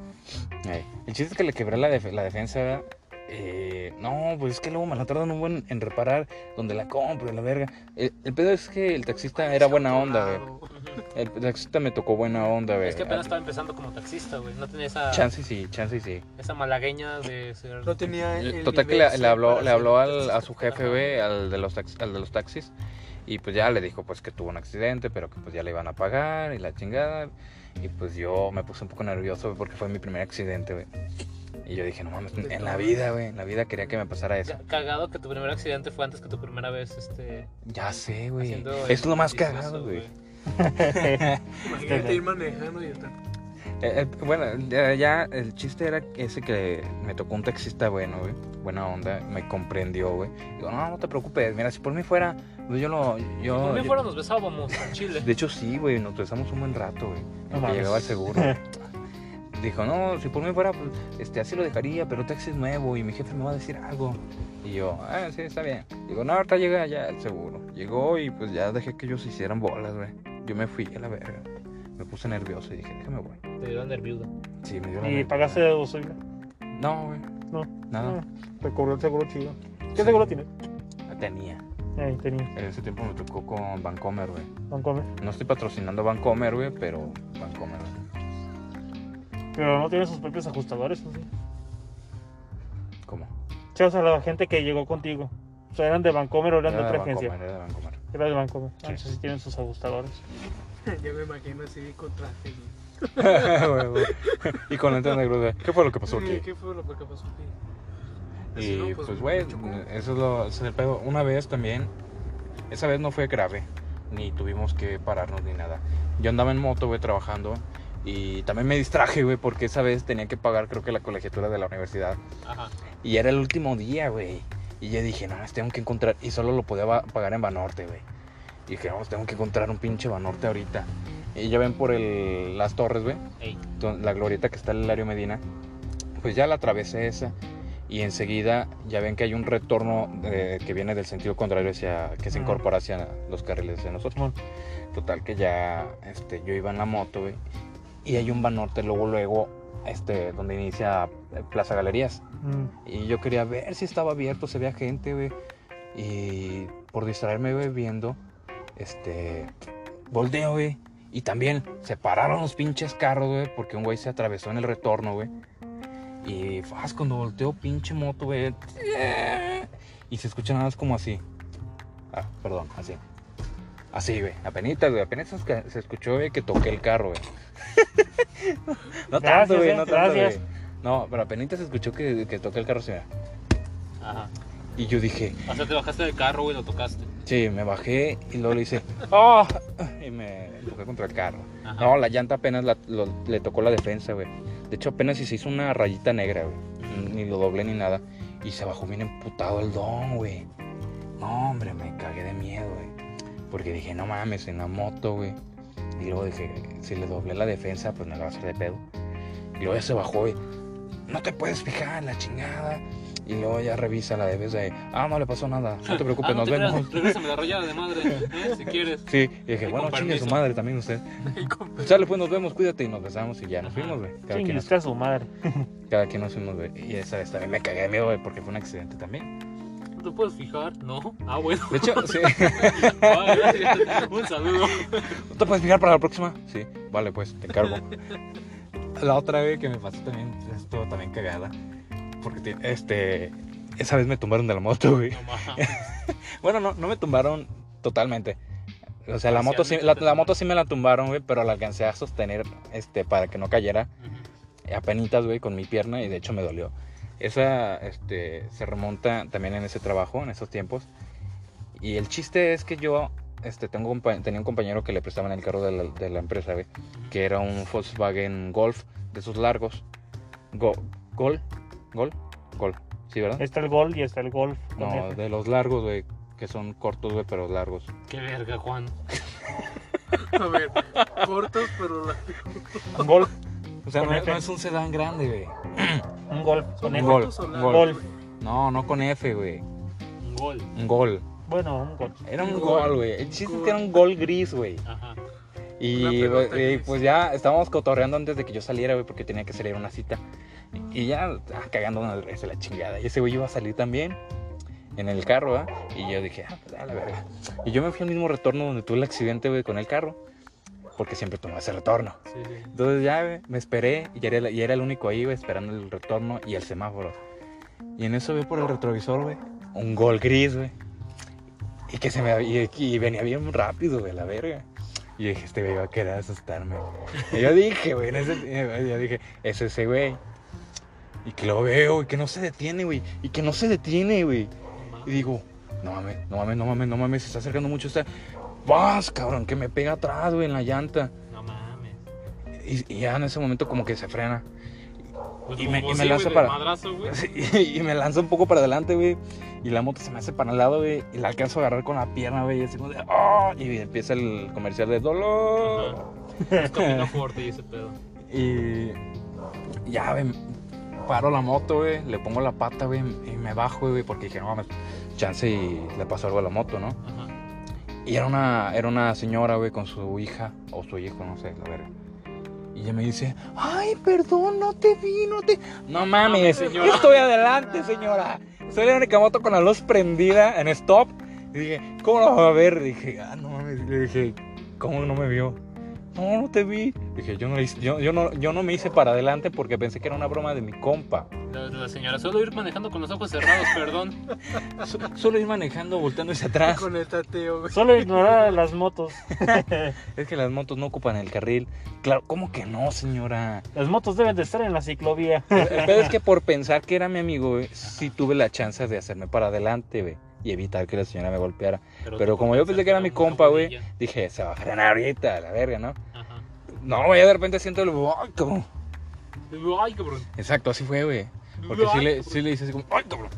Speaker 2: Ahí. El chiste es que le quebré la, def- la defensa. eh, no, pues es que luego me la tardan un buen en reparar donde la compro, y la verga. El, el pedo es que el taxista Ah, era buena onda, güey. El taxista me tocó buena onda, güey.
Speaker 5: Es que apenas estaba empezando como taxista, güey. No tenía esa,
Speaker 2: Chance sí, chance sí.
Speaker 5: esa malagueña de ser.
Speaker 4: No tenía el.
Speaker 2: Eh, Total que le,
Speaker 4: nivel
Speaker 2: le habló,
Speaker 4: para
Speaker 2: le habló al,
Speaker 4: ser
Speaker 2: a su jefe,
Speaker 5: Ajá.
Speaker 2: güey, al de los tax- al de los taxis. Y pues ya le dijo pues que tuvo un accidente, pero que pues ya le iban a pagar y la chingada. Y pues yo me puse un poco nervioso porque fue mi primer accidente, güey. Y yo dije, no mames, en la vida, güey, en la vida quería que me pasara eso.
Speaker 5: Ya, Cagado que tu primer accidente fue antes que tu primera vez, este.
Speaker 2: Ya sé, güey.
Speaker 5: haciendo
Speaker 2: Es
Speaker 5: el
Speaker 2: lo más
Speaker 5: delicioso,
Speaker 2: cagado, güey.
Speaker 4: Imagínate ir manejando y estar.
Speaker 2: Eh, eh, bueno, ya, ya el chiste era ese que me tocó un taxista bueno, güey. Buena onda, me comprendió, güey. Digo, no, no te preocupes, mira, si por mí fuera, pues yo lo... Yo,
Speaker 5: Por mí
Speaker 2: yo-
Speaker 5: fuera nos besábamos en Chile.
Speaker 2: De hecho, sí, güey, nos besamos un buen rato, güey.
Speaker 1: No
Speaker 2: en lo que
Speaker 1: mames.
Speaker 2: llegaba
Speaker 1: *laughs*
Speaker 2: el seguro. Dijo, no, si por mí fuera, pues, este, así lo dejaría, pero taxi es nuevo y mi jefe me va a decir algo. Y yo, ah, sí, está bien. Digo, no, ahorita llega ya el seguro. Llegó y pues ya dejé que ellos se hicieran bolas, güey. Yo me fui a la verga. Me puse nervioso y dije, déjame, güey.
Speaker 5: Te dieron nervioso.
Speaker 2: Sí, me dio la
Speaker 1: ¿Y
Speaker 2: nerviosa.
Speaker 1: pagaste deducible?
Speaker 2: No, güey.
Speaker 1: No.
Speaker 2: Nada.
Speaker 1: Te cobró el seguro chido. ¿Qué
Speaker 2: Sí.
Speaker 1: seguro tienes?
Speaker 2: Tenía.
Speaker 1: Ahí tenía,
Speaker 2: En ese tiempo me tocó con Vancomer, güey.
Speaker 1: Bancomer.
Speaker 2: No estoy patrocinando Vancomer, güey, pero Vancomer. güey.
Speaker 1: Pero no tiene sus propios ajustadores, ¿o sí?
Speaker 2: ¿Cómo?
Speaker 1: Sí, o sea, la gente que llegó contigo. O sea, eran de Bancomer o eran de
Speaker 2: Era
Speaker 1: otra
Speaker 2: Vancomer,
Speaker 1: agencia.
Speaker 2: era de Vancomer.
Speaker 1: Era de Bancomer.
Speaker 2: Sí.
Speaker 1: Ah, entonces sí tienen sus ajustadores.
Speaker 4: Yo me imagino así con traje. güey.
Speaker 2: Huevo. y con lentes negros, güey. ¿Qué fue lo que pasó
Speaker 4: Sí,
Speaker 2: aquí?
Speaker 4: ¿Qué fue lo que pasó aquí? Así,
Speaker 2: Y
Speaker 4: ¿no?
Speaker 2: pues, güey,
Speaker 4: me chocó.
Speaker 2: eso es lo es el pedo. Una vez también, esa vez no fue grave, ni tuvimos que pararnos ni nada. Yo andaba en moto, güey, trabajando. Y también me distraje, güey, porque esa vez tenía que pagar, creo que la colegiatura de la universidad.
Speaker 5: Ajá.
Speaker 2: Y era el último día, güey. Y yo dije, no, más tengo que encontrar. Y solo lo podía ba- pagar en Banorte, güey. Y dije, no, tengo que encontrar un pinche Banorte ahorita. Y ya ven por el, las torres, güey.
Speaker 5: Ey.
Speaker 2: don- la glorieta que está en el Hilario Medina, pues ya la atravesé esa y enseguida ya ven que hay un retorno eh, que viene del sentido contrario hacia que se
Speaker 1: Ajá.
Speaker 2: incorpora hacia los carriles de nosotros.
Speaker 1: Simón.
Speaker 2: Total que ya este, yo iba en la moto güey, y hay un banorte luego luego este donde inicia eh, Plaza Galerías
Speaker 1: Mm.
Speaker 2: y yo quería ver si estaba abierto, se veía gente, güey. Y por distraerme, güey, viendo, este, volteo, güey. Y también se pararon los pinches carros, güey, porque un güey se atravesó en el retorno, güey. Y faz, cuando volteo, pinche moto, güey. Y se escucha nada más como así. Ah, perdón, así. Así, güey, apenitas, güey, apenas se escuchó, güey, que toqué el carro, güey. *laughs* no
Speaker 1: Gracias,
Speaker 2: tanto, güey,
Speaker 1: eh,
Speaker 2: no tanto,
Speaker 1: gracias.
Speaker 2: güey. No, pero apenas se escuchó que, que toqué el carro, señora.
Speaker 5: Ajá.
Speaker 2: Y yo dije,
Speaker 5: O sea, te bajaste del carro, güey, lo tocaste.
Speaker 2: sí, me bajé y luego
Speaker 5: *laughs*
Speaker 2: le hice, ¡ah! Y me empujé contra el carro.
Speaker 5: Oh. Ajá.
Speaker 2: No, la llanta apenas la- lo- le tocó la defensa, güey. De hecho, apenas si se hizo una rayita negra, güey. mm, Ni lo doblé ni nada. Y se bajó bien emputado el don, güey. No, hombre, me cagué de miedo, güey. Porque dije, no mames, en la moto, güey. Y luego dije, si le doblé la defensa, pues me la va a hacer de pedo. Y luego ya se bajó, güey. No te puedes fijar, la chingada. Y luego ya revisa la defensa de, ah, no le pasó nada.
Speaker 5: *laughs*
Speaker 2: No te preocupes,
Speaker 5: Ah, no
Speaker 2: nos
Speaker 5: te
Speaker 2: vemos.
Speaker 5: creas, regrésame la rayada de madre, ¿eh? si quieres.
Speaker 2: Sí, y dije,
Speaker 5: Y
Speaker 2: bueno,
Speaker 5: con
Speaker 2: chingue su
Speaker 5: permiso.
Speaker 2: madre también usted.
Speaker 4: Y con-
Speaker 2: Sale, pues nos vemos, cuídate y nos besamos y ya nos
Speaker 5: Ajá.
Speaker 2: fuimos, güey. Cada, quien
Speaker 1: Chingue
Speaker 2: nos-
Speaker 1: usted a su madre.
Speaker 2: cada quien nos fuimos, güey. Y esa vez también me cagué de miedo, güey, porque fue un accidente también.
Speaker 5: ¿No te puedes fijar? No. Ah, bueno. *laughs*
Speaker 2: De hecho, sí. *laughs*
Speaker 5: Ah, gracias. Un saludo.
Speaker 2: ¿No te puedes fijar para la próxima? Sí, vale, pues, te encargo. la otra vez que me pasó también, estuvo también cagada. Porque, te- este, esa vez me tumbaron de la moto, güey.
Speaker 5: No mames.
Speaker 2: Bueno, no, no me tumbaron totalmente. O sea, la moto, sí,
Speaker 5: Parcialmente
Speaker 2: la,
Speaker 5: te
Speaker 2: la moto sí me la tumbaron, güey, pero la alcancé a sostener este, para que no cayera. apenitas, güey, con mi pierna y de hecho me dolió. Esa este, se remonta también en ese trabajo, en esos tiempos. Y el chiste es que yo este, tengo un pa- tenía un compañero que le prestaban el carro de la, de la empresa, güey, que era un Volkswagen Golf de esos largos. Go- ¿Gol? ¿Gol? ¿Gol? ¿Sí, verdad?
Speaker 1: Está el gol y está el golf. con
Speaker 2: No,
Speaker 1: F.
Speaker 2: de los largos, güey, que son cortos, güey, pero largos.
Speaker 5: Qué verga, Juan.
Speaker 4: A ver, cortos, pero la-
Speaker 1: Un golf.
Speaker 2: O sea,
Speaker 1: Con
Speaker 2: no,
Speaker 1: F.
Speaker 2: no es un sedán grande, güey.
Speaker 1: Un golf. Con
Speaker 2: Un
Speaker 1: F.
Speaker 2: gol,
Speaker 4: cortos o
Speaker 2: un
Speaker 4: largos,
Speaker 1: gol.
Speaker 4: güey?
Speaker 2: No, no con F, güey.
Speaker 5: Un gol.
Speaker 2: Un gol.
Speaker 1: Bueno, un golf.
Speaker 2: Era un
Speaker 4: Un
Speaker 2: gol,
Speaker 4: gol.
Speaker 2: güey. El chiste es que era un gol gris, güey.
Speaker 5: Ajá.
Speaker 2: Y,
Speaker 4: Una
Speaker 2: güey,
Speaker 4: pelota
Speaker 2: güey,
Speaker 4: gris.
Speaker 2: pues ya estábamos cotorreando antes de que yo saliera, güey, porque tenía que salir a una cita. Y ya ah, cagando una vez de la chingada. Y ese güey iba a salir también en el carro, ¿ah? Y yo dije, ah, pues, a la verga. Y yo me fui al mismo retorno donde tuve el accidente, güey, con el carro. Porque siempre tomaba ese retorno.
Speaker 5: Sí, sí.
Speaker 2: Entonces ya güey, me esperé y era, el- y era el único ahí, güey, esperando el retorno y el semáforo. Y en eso veo por el retrovisor, güey, un gol gris, güey. Y que se me y, y venía bien rápido, güey, la verga. Y dije, este güey va a querer asustarme. Y yo dije, güey, en ese, eh, yo dije, es ese güey. Y que lo veo, y que no se detiene, güey. Y que no se detiene, güey. Y digo, no mames, no mames, no mames, no mames, se está acercando mucho esta. ¡Vas, cabrón! Que me pega atrás, güey, en la llanta.
Speaker 5: No mames.
Speaker 2: Y, y ya en ese momento como que se frena. *laughs*
Speaker 5: Pues
Speaker 2: Y
Speaker 5: como
Speaker 2: me- y
Speaker 5: vos,
Speaker 2: me
Speaker 5: sí,
Speaker 2: lanza
Speaker 5: güey, del
Speaker 2: para-
Speaker 5: madrazo, güey.
Speaker 2: Y, me lanza un poco para adelante, güey. Y la moto se me hace para el lado, güey. Y la alcanzo a agarrar con la pierna, güey. Y así como de, "Ah", Y empieza el comercial de dolor.
Speaker 5: Es camino fuerte y ese pedo.
Speaker 2: Y ya, güey. Paro la moto, güey. Le pongo la pata, güey. Y me bajo, güey. Porque dije, no mames, chance y le pasó algo a la moto, ¿no?
Speaker 5: Ajá.
Speaker 2: Y era una, era una señora, güey, con su hija o su hijo, no sé, la verga. Y ella me dice, ay, perdón, no te vi, no te... No mames,
Speaker 5: señora.
Speaker 2: yo estoy adelante, señora. Soy la única moto con la luz prendida en stop. Y dije, ¿cómo la va a ver? dije, ah, no mames. Le dije, ¿cómo no me vio? No, no te vi. Dije, yo no, le hice- yo, yo no, yo no me hice para adelante porque pensé que era una broma de mi compa.
Speaker 5: La, la señora, solo ir manejando con los ojos cerrados, perdón.
Speaker 2: So- solo ir manejando, volteando hacia
Speaker 4: *laughs*
Speaker 2: atrás.
Speaker 4: Con el tateo, güey.
Speaker 1: Solo ignorar a las motos.
Speaker 2: Es que las motos no ocupan el carril. Claro, ¿cómo que no, señora?
Speaker 1: Las motos deben de estar en la ciclovía.
Speaker 2: El pedo es que por pensar que era mi amigo, güey, sí tuve la chance de hacerme para adelante, güey, y evitar que la señora me golpeara. Pero como yo pensé que era mi compa, güey. Dije, se va a frenar ahorita, a la verga, ¿no?
Speaker 5: Ajá.
Speaker 2: No, güey, de repente siento el... ¡Ay, cabrón!
Speaker 5: Ay, cabrón.
Speaker 2: Exacto, así fue, güey. Porque sí
Speaker 5: Ay,
Speaker 2: le,
Speaker 5: cabrón.
Speaker 2: sí le hice así como... ¡Ay, cabrón!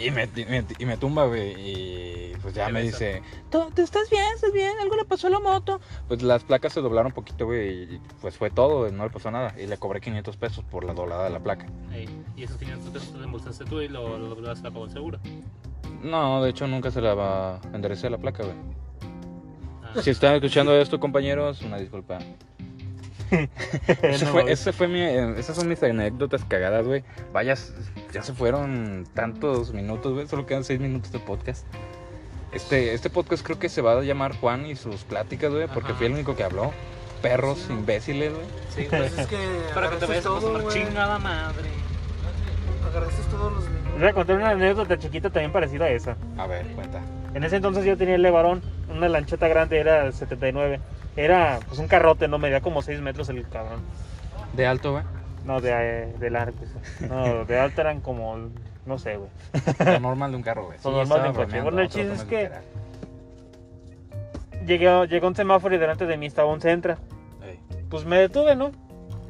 Speaker 2: Y me, y me- y me tumba, güey, y pues ya
Speaker 5: Te
Speaker 2: me
Speaker 5: besa.
Speaker 2: dice, "¿Tú- ¿tú estás bien? ¿Estás bien? ¿Algo le pasó a la moto? Pues las placas se doblaron un poquito, güey, y pues fue todo, güey, no le pasó nada. Y le cobré 500 pesos por la doblada de la placa.
Speaker 5: Ey, y esos 500 pesos te los embolsaste tú y lo, lo, lo, se la pagó el seguro.
Speaker 2: No, de hecho nunca se la va enderecé la placa, güey.
Speaker 5: Ah,
Speaker 2: Si están escuchando esto, compañeros, una disculpa. Ese
Speaker 1: No
Speaker 2: fue,
Speaker 1: mames.
Speaker 2: ese fue mi, eh, esas son mis anécdotas cagadas, güey. Vaya, ya se fueron tantos minutos, güey. Solo quedan seis minutos de podcast. Este, este podcast creo que se va a llamar Juan y sus pláticas, güey, porque
Speaker 5: Ajá.
Speaker 2: fui el único que habló. Perros imbéciles, güey.
Speaker 5: sí,
Speaker 4: *laughs*
Speaker 5: güey.
Speaker 4: Pues es que
Speaker 5: Para que te
Speaker 4: agarraste
Speaker 5: vayas a
Speaker 4: todo,
Speaker 5: pasar
Speaker 4: güey.
Speaker 5: chingada madre.
Speaker 4: Agarraste todos los
Speaker 1: Les
Speaker 4: minutos.
Speaker 1: voy a contar una anécdota chiquita también parecida a esa.
Speaker 2: A ver, cuenta.
Speaker 1: En ese entonces yo tenía el Levarón, una lancheta grande, era 79. Era pues un carrote, no medía como 6 metros el cabrón. eh,
Speaker 2: De alto, güey.
Speaker 1: No, de, de largo. pues. No, de alto eran como No sé, güey. *laughs*
Speaker 2: Lo normal de un carro, güey.
Speaker 1: Lo normal de
Speaker 2: estaba
Speaker 1: un coche.
Speaker 2: bromeando,
Speaker 1: Bueno, el
Speaker 2: otro
Speaker 1: chiste
Speaker 2: no
Speaker 1: es que-
Speaker 2: literal.
Speaker 1: Llegué, a- llegó un semáforo y delante de mí estaba un Centra.
Speaker 2: Ey,
Speaker 1: Pues me detuve, ¿no?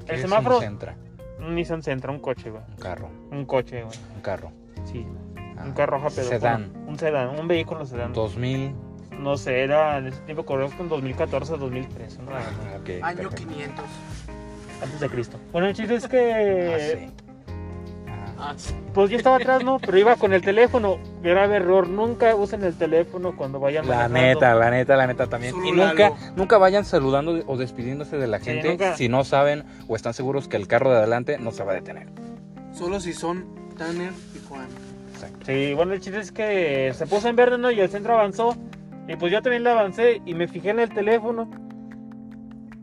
Speaker 2: ¿qué
Speaker 1: El
Speaker 2: es un
Speaker 1: semáforo.
Speaker 2: Sentra?
Speaker 1: Un Nissan Centra, un coche, güey.
Speaker 2: Un carro,
Speaker 1: Un coche, güey.
Speaker 2: un carro.
Speaker 1: Sí.
Speaker 2: Ah,
Speaker 1: un carro rápido.
Speaker 2: Sedán.
Speaker 1: Un sedán, un vehículo sedán.
Speaker 2: 2000.
Speaker 1: No sé, era en ese tiempo corrió con 2014 2013, ¿no?
Speaker 2: Ah, ok,
Speaker 4: Año
Speaker 2: perfecto.
Speaker 4: 500.
Speaker 1: Antes de Cristo. Bueno, el chiste es que.
Speaker 2: *laughs* Ah,
Speaker 1: Eh,
Speaker 2: sí. Ah,
Speaker 4: Ah, sí.
Speaker 1: Pues yo estaba atrás, ¿no? Pero iba con el teléfono. Grave error. Nunca usen el teléfono cuando vayan
Speaker 2: La
Speaker 1: manejando.
Speaker 2: neta, la neta, la neta también.
Speaker 4: Solo
Speaker 2: Y nunca,
Speaker 4: Lalo.
Speaker 2: nunca vayan saludando o despidiéndose de la
Speaker 1: Sí,
Speaker 2: gente
Speaker 1: nunca.
Speaker 2: si no saben o están seguros que el carro de adelante no se va a detener.
Speaker 4: Solo si son Tanner y Juan.
Speaker 1: Sí, bueno, el chiste es que se puso en verde, ¿no? Y el centro avanzó. Y pues yo también le avancé y me fijé en el teléfono.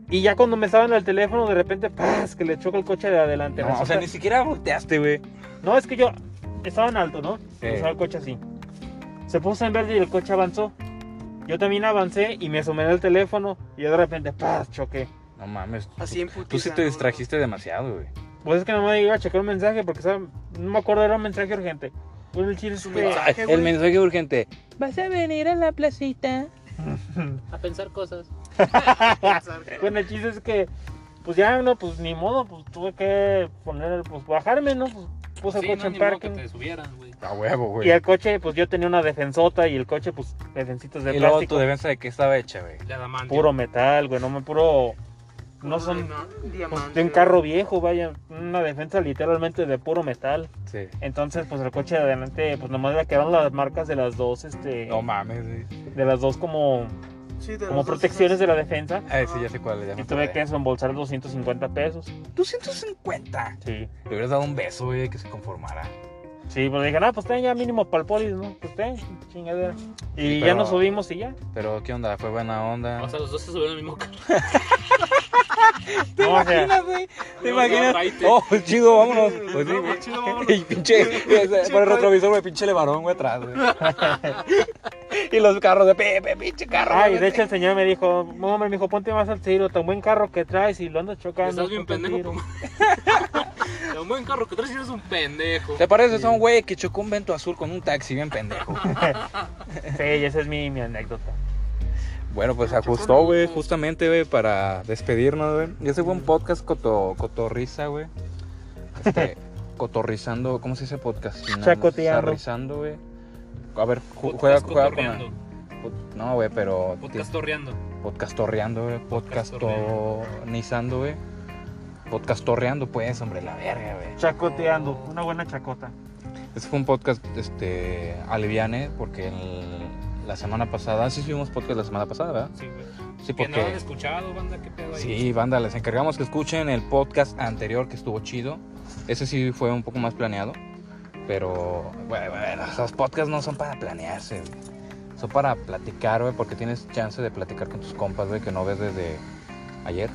Speaker 1: Y ya cuando me estaba en el teléfono, de repente, ¡paz! que le choca el coche de adelante.
Speaker 2: No, o sea,
Speaker 1: Resulta-
Speaker 2: ni siquiera volteaste, güey. Eh,
Speaker 1: No, es que yo estaba en alto, ¿no?
Speaker 2: Sí.
Speaker 1: Estaba el coche así. Se puso en verde y el coche avanzó. Yo también avancé y me asomé en el teléfono y de repente, ¡paz! choqué.
Speaker 2: No mames. tú-
Speaker 4: Así en
Speaker 2: Tú sí
Speaker 4: putiza,
Speaker 2: te
Speaker 4: ¿no?
Speaker 2: distrajiste demasiado, güey.
Speaker 1: Pues es que nomás iba a checar un mensaje porque ¿sabe? no me acuerdo, era un mensaje urgente. Bueno, el chiste es
Speaker 4: Su
Speaker 1: que...
Speaker 4: mensaje.
Speaker 2: Ay,
Speaker 4: güey.
Speaker 2: Pues, el mensaje urgente.
Speaker 6: ¿Vas a venir a la placita?
Speaker 5: A pensar cosas.
Speaker 1: Bueno, el chiste es que, pues ya, no, pues ni modo, pues tuve que poner, pues bajarme, ¿no? Pues puse el
Speaker 5: Sí,
Speaker 1: coche
Speaker 5: no,
Speaker 1: en
Speaker 5: ni modo que
Speaker 1: parking.
Speaker 5: te subieran, güey.
Speaker 2: A huevo,
Speaker 1: Y
Speaker 2: güey.
Speaker 1: el coche, pues yo tenía una defensota y el coche, pues, defensitos de
Speaker 2: Y luego tu
Speaker 1: plástico.
Speaker 2: defensa de qué estaba hecha, güey.
Speaker 5: De adamantio.
Speaker 1: Puro metal, güey, no me puro. No son. pues,
Speaker 4: diamantes.
Speaker 1: de un carro viejo, vaya. Una defensa literalmente de puro metal.
Speaker 2: Sí.
Speaker 1: Entonces, pues el coche de adelante, pues nomás le quedaron las marcas de las dos, este.
Speaker 2: No mames, güey.
Speaker 1: de las dos como,
Speaker 4: Sí, de
Speaker 1: como
Speaker 4: los dos
Speaker 1: protecciones
Speaker 4: esos.
Speaker 1: de la defensa.
Speaker 2: Ay, Ah, sí, ya sé cuál. Ya me
Speaker 1: Y tuve
Speaker 2: acordé.
Speaker 1: que desembolsar 250 pesos.
Speaker 2: 250.
Speaker 1: Sí.
Speaker 2: Le hubieras dado un beso, güey, que se conformara.
Speaker 1: Sí, pues dije, ah, pues ten ya mínimo para el polis, ¿no? Pues ten, chingadera. Y
Speaker 2: Sí,
Speaker 1: ya
Speaker 2: pero-
Speaker 1: nos subimos y ya.
Speaker 2: Pero, ¿qué onda? ¿Fue buena onda?
Speaker 5: O sea, los dos se subieron al mismo carro.
Speaker 1: No, o sea,
Speaker 2: güey? ¿Te
Speaker 5: No, no,
Speaker 2: imaginas?
Speaker 5: raite.
Speaker 2: Oh, chido, vámonos. Pues sí, güey.
Speaker 5: Chido, vámonos.
Speaker 2: *laughs* Y pinche, por el retrovisor, güey, pinche levarón, güey, atrás, güey. *laughs* y los carros de pepe, pinche carro.
Speaker 1: Ay,
Speaker 2: güey.
Speaker 1: de hecho el señor me dijo, no, hombre, me dijo, ponte más al tiro, tan buen carro que traes y lo andas chocando.
Speaker 5: Estás bien
Speaker 1: ponte al
Speaker 5: pendejo,
Speaker 1: tiro".
Speaker 5: Te *laughs* un buen carro que traes eres un pendejo.
Speaker 2: ¿Te pareces a un güey que chocó un vento azul con un taxi bien pendejo?
Speaker 1: Sí, y esa es mi, mi anécdota.
Speaker 2: Bueno, pues ajustó, güey, justamente, güey, para despedirnos, güey. Y ese fue un podcast coto, cotorriza, güey.
Speaker 1: *laughs*
Speaker 2: Este, cotorrizando, ¿cómo se dice podcast?
Speaker 1: Chacoteando.
Speaker 2: Sarrizando, güey. A ver, ju-
Speaker 5: Podcast
Speaker 2: juega, juega con la-
Speaker 5: cotorreando.
Speaker 2: pod- No, güey, pero...
Speaker 5: Podcast torreando.
Speaker 2: Podcastorreando, güey. Podcastonizando, güey. Podcastorreando, pues, hombre, la verga, güey.
Speaker 1: Chacoteando, una buena chacota.
Speaker 2: Este fue un podcast, este, aliviane, porque el- la semana pasada... Sí subimos podcast la semana pasada, ¿verdad?
Speaker 5: Sí, güey.
Speaker 2: Sí,
Speaker 5: Que
Speaker 2: porque...
Speaker 5: no lo han escuchado, banda, qué pedo ahí.
Speaker 2: Sí, banda, les encargamos que escuchen el podcast anterior que estuvo chido. Ese sí fue un poco más planeado. Pero, bueno, bueno, esos podcasts no son para planearse, güey. Son para platicar, güey, porque tienes chance de platicar con tus compas, güey, que no ves desde ayer.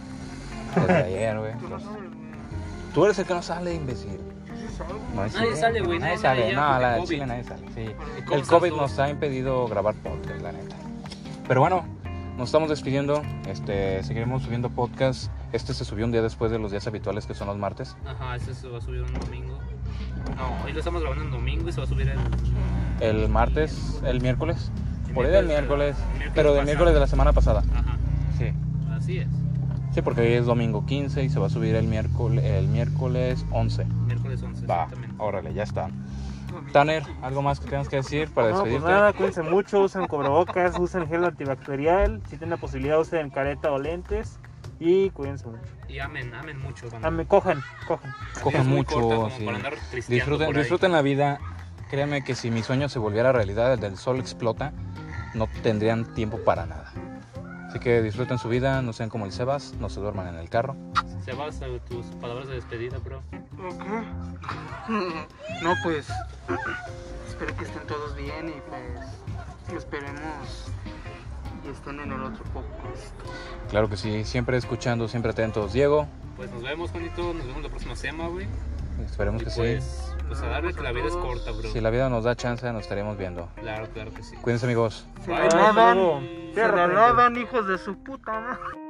Speaker 5: *laughs*
Speaker 2: Desde ayer, güey.
Speaker 4: Tú no
Speaker 2: Entonces,
Speaker 4: sabes, güey.
Speaker 2: Tú eres el que no sale, imbécil.
Speaker 4: Yo sí salgo.
Speaker 2: No es
Speaker 5: Nadie
Speaker 2: cierto,
Speaker 5: sale, güey,
Speaker 2: Nadie
Speaker 5: no,
Speaker 2: sale,
Speaker 5: nadie ya,
Speaker 2: no,
Speaker 5: porque
Speaker 2: la
Speaker 5: COVID.
Speaker 2: chile nadie sale, sí.
Speaker 5: ¿Cómo
Speaker 2: El
Speaker 5: estás
Speaker 2: COVID
Speaker 5: tú?
Speaker 2: nos ha impedido grabar podcast, la neta. Pero bueno, nos estamos despidiendo. Este, seguiremos subiendo podcast. Este se subió un día después de los días habituales que son los martes.
Speaker 5: Ajá, ese se va a subir un domingo. No, hoy lo estamos grabando en domingo y se va a subir el.
Speaker 2: El martes, el miércoles. Por ahí del miércoles.
Speaker 5: miércoles
Speaker 2: Pero del
Speaker 5: pasado.
Speaker 2: miércoles de la semana pasada.
Speaker 5: Ajá,
Speaker 2: Sí.
Speaker 5: así es.
Speaker 2: Sí, porque hoy es domingo 15 y se va a subir el miércoles, el miércoles 11.
Speaker 5: Miércoles 11,
Speaker 2: Va,
Speaker 5: exactamente.
Speaker 2: órale, ya está. Tanner, ¿algo más que tengas que decir para
Speaker 1: No, pues
Speaker 2: despedirte?
Speaker 1: nada, cuídense mucho, usen cobrebocas, usen gel antibacterial, si tienen la posibilidad usen careta o lentes y cuídense mucho.
Speaker 5: Y amen, amen mucho. banda.
Speaker 1: Ah, me cojan, cojan.
Speaker 2: Cojan
Speaker 5: Es muy
Speaker 2: mucho,
Speaker 5: corta, como
Speaker 2: sí.
Speaker 5: para andar tristeando
Speaker 2: Disfruten,
Speaker 5: por ahí.
Speaker 2: disfruten la vida. Créanme que si mi sueño se volviera realidad, el del sol explota, no tendrían tiempo para nada. Así que disfruten su vida, no sean como el Sebas, no se duerman en el carro.
Speaker 5: Se vas a tus palabras de despedida, bro.
Speaker 4: Ok. *laughs* No, pues espero que estén todos bien y pues esperemos y estén en el otro podcast.
Speaker 2: Claro que sí, siempre escuchando, siempre atentos. Diego,
Speaker 5: Pues nos vemos, Juanito. Nos vemos la próxima semana, güey.
Speaker 2: esperemos
Speaker 5: Y
Speaker 2: que sí.
Speaker 5: pues, pues a darle que la vida es corta, bro.
Speaker 2: Si la vida nos da chance, nos estaremos viendo.
Speaker 5: Claro, claro que sí.
Speaker 2: Cuídense amigos.
Speaker 4: Se
Speaker 5: Bye.
Speaker 4: la
Speaker 1: Hasta
Speaker 4: lavan,
Speaker 1: luego.
Speaker 4: se la lavan, hijos de su puta madre.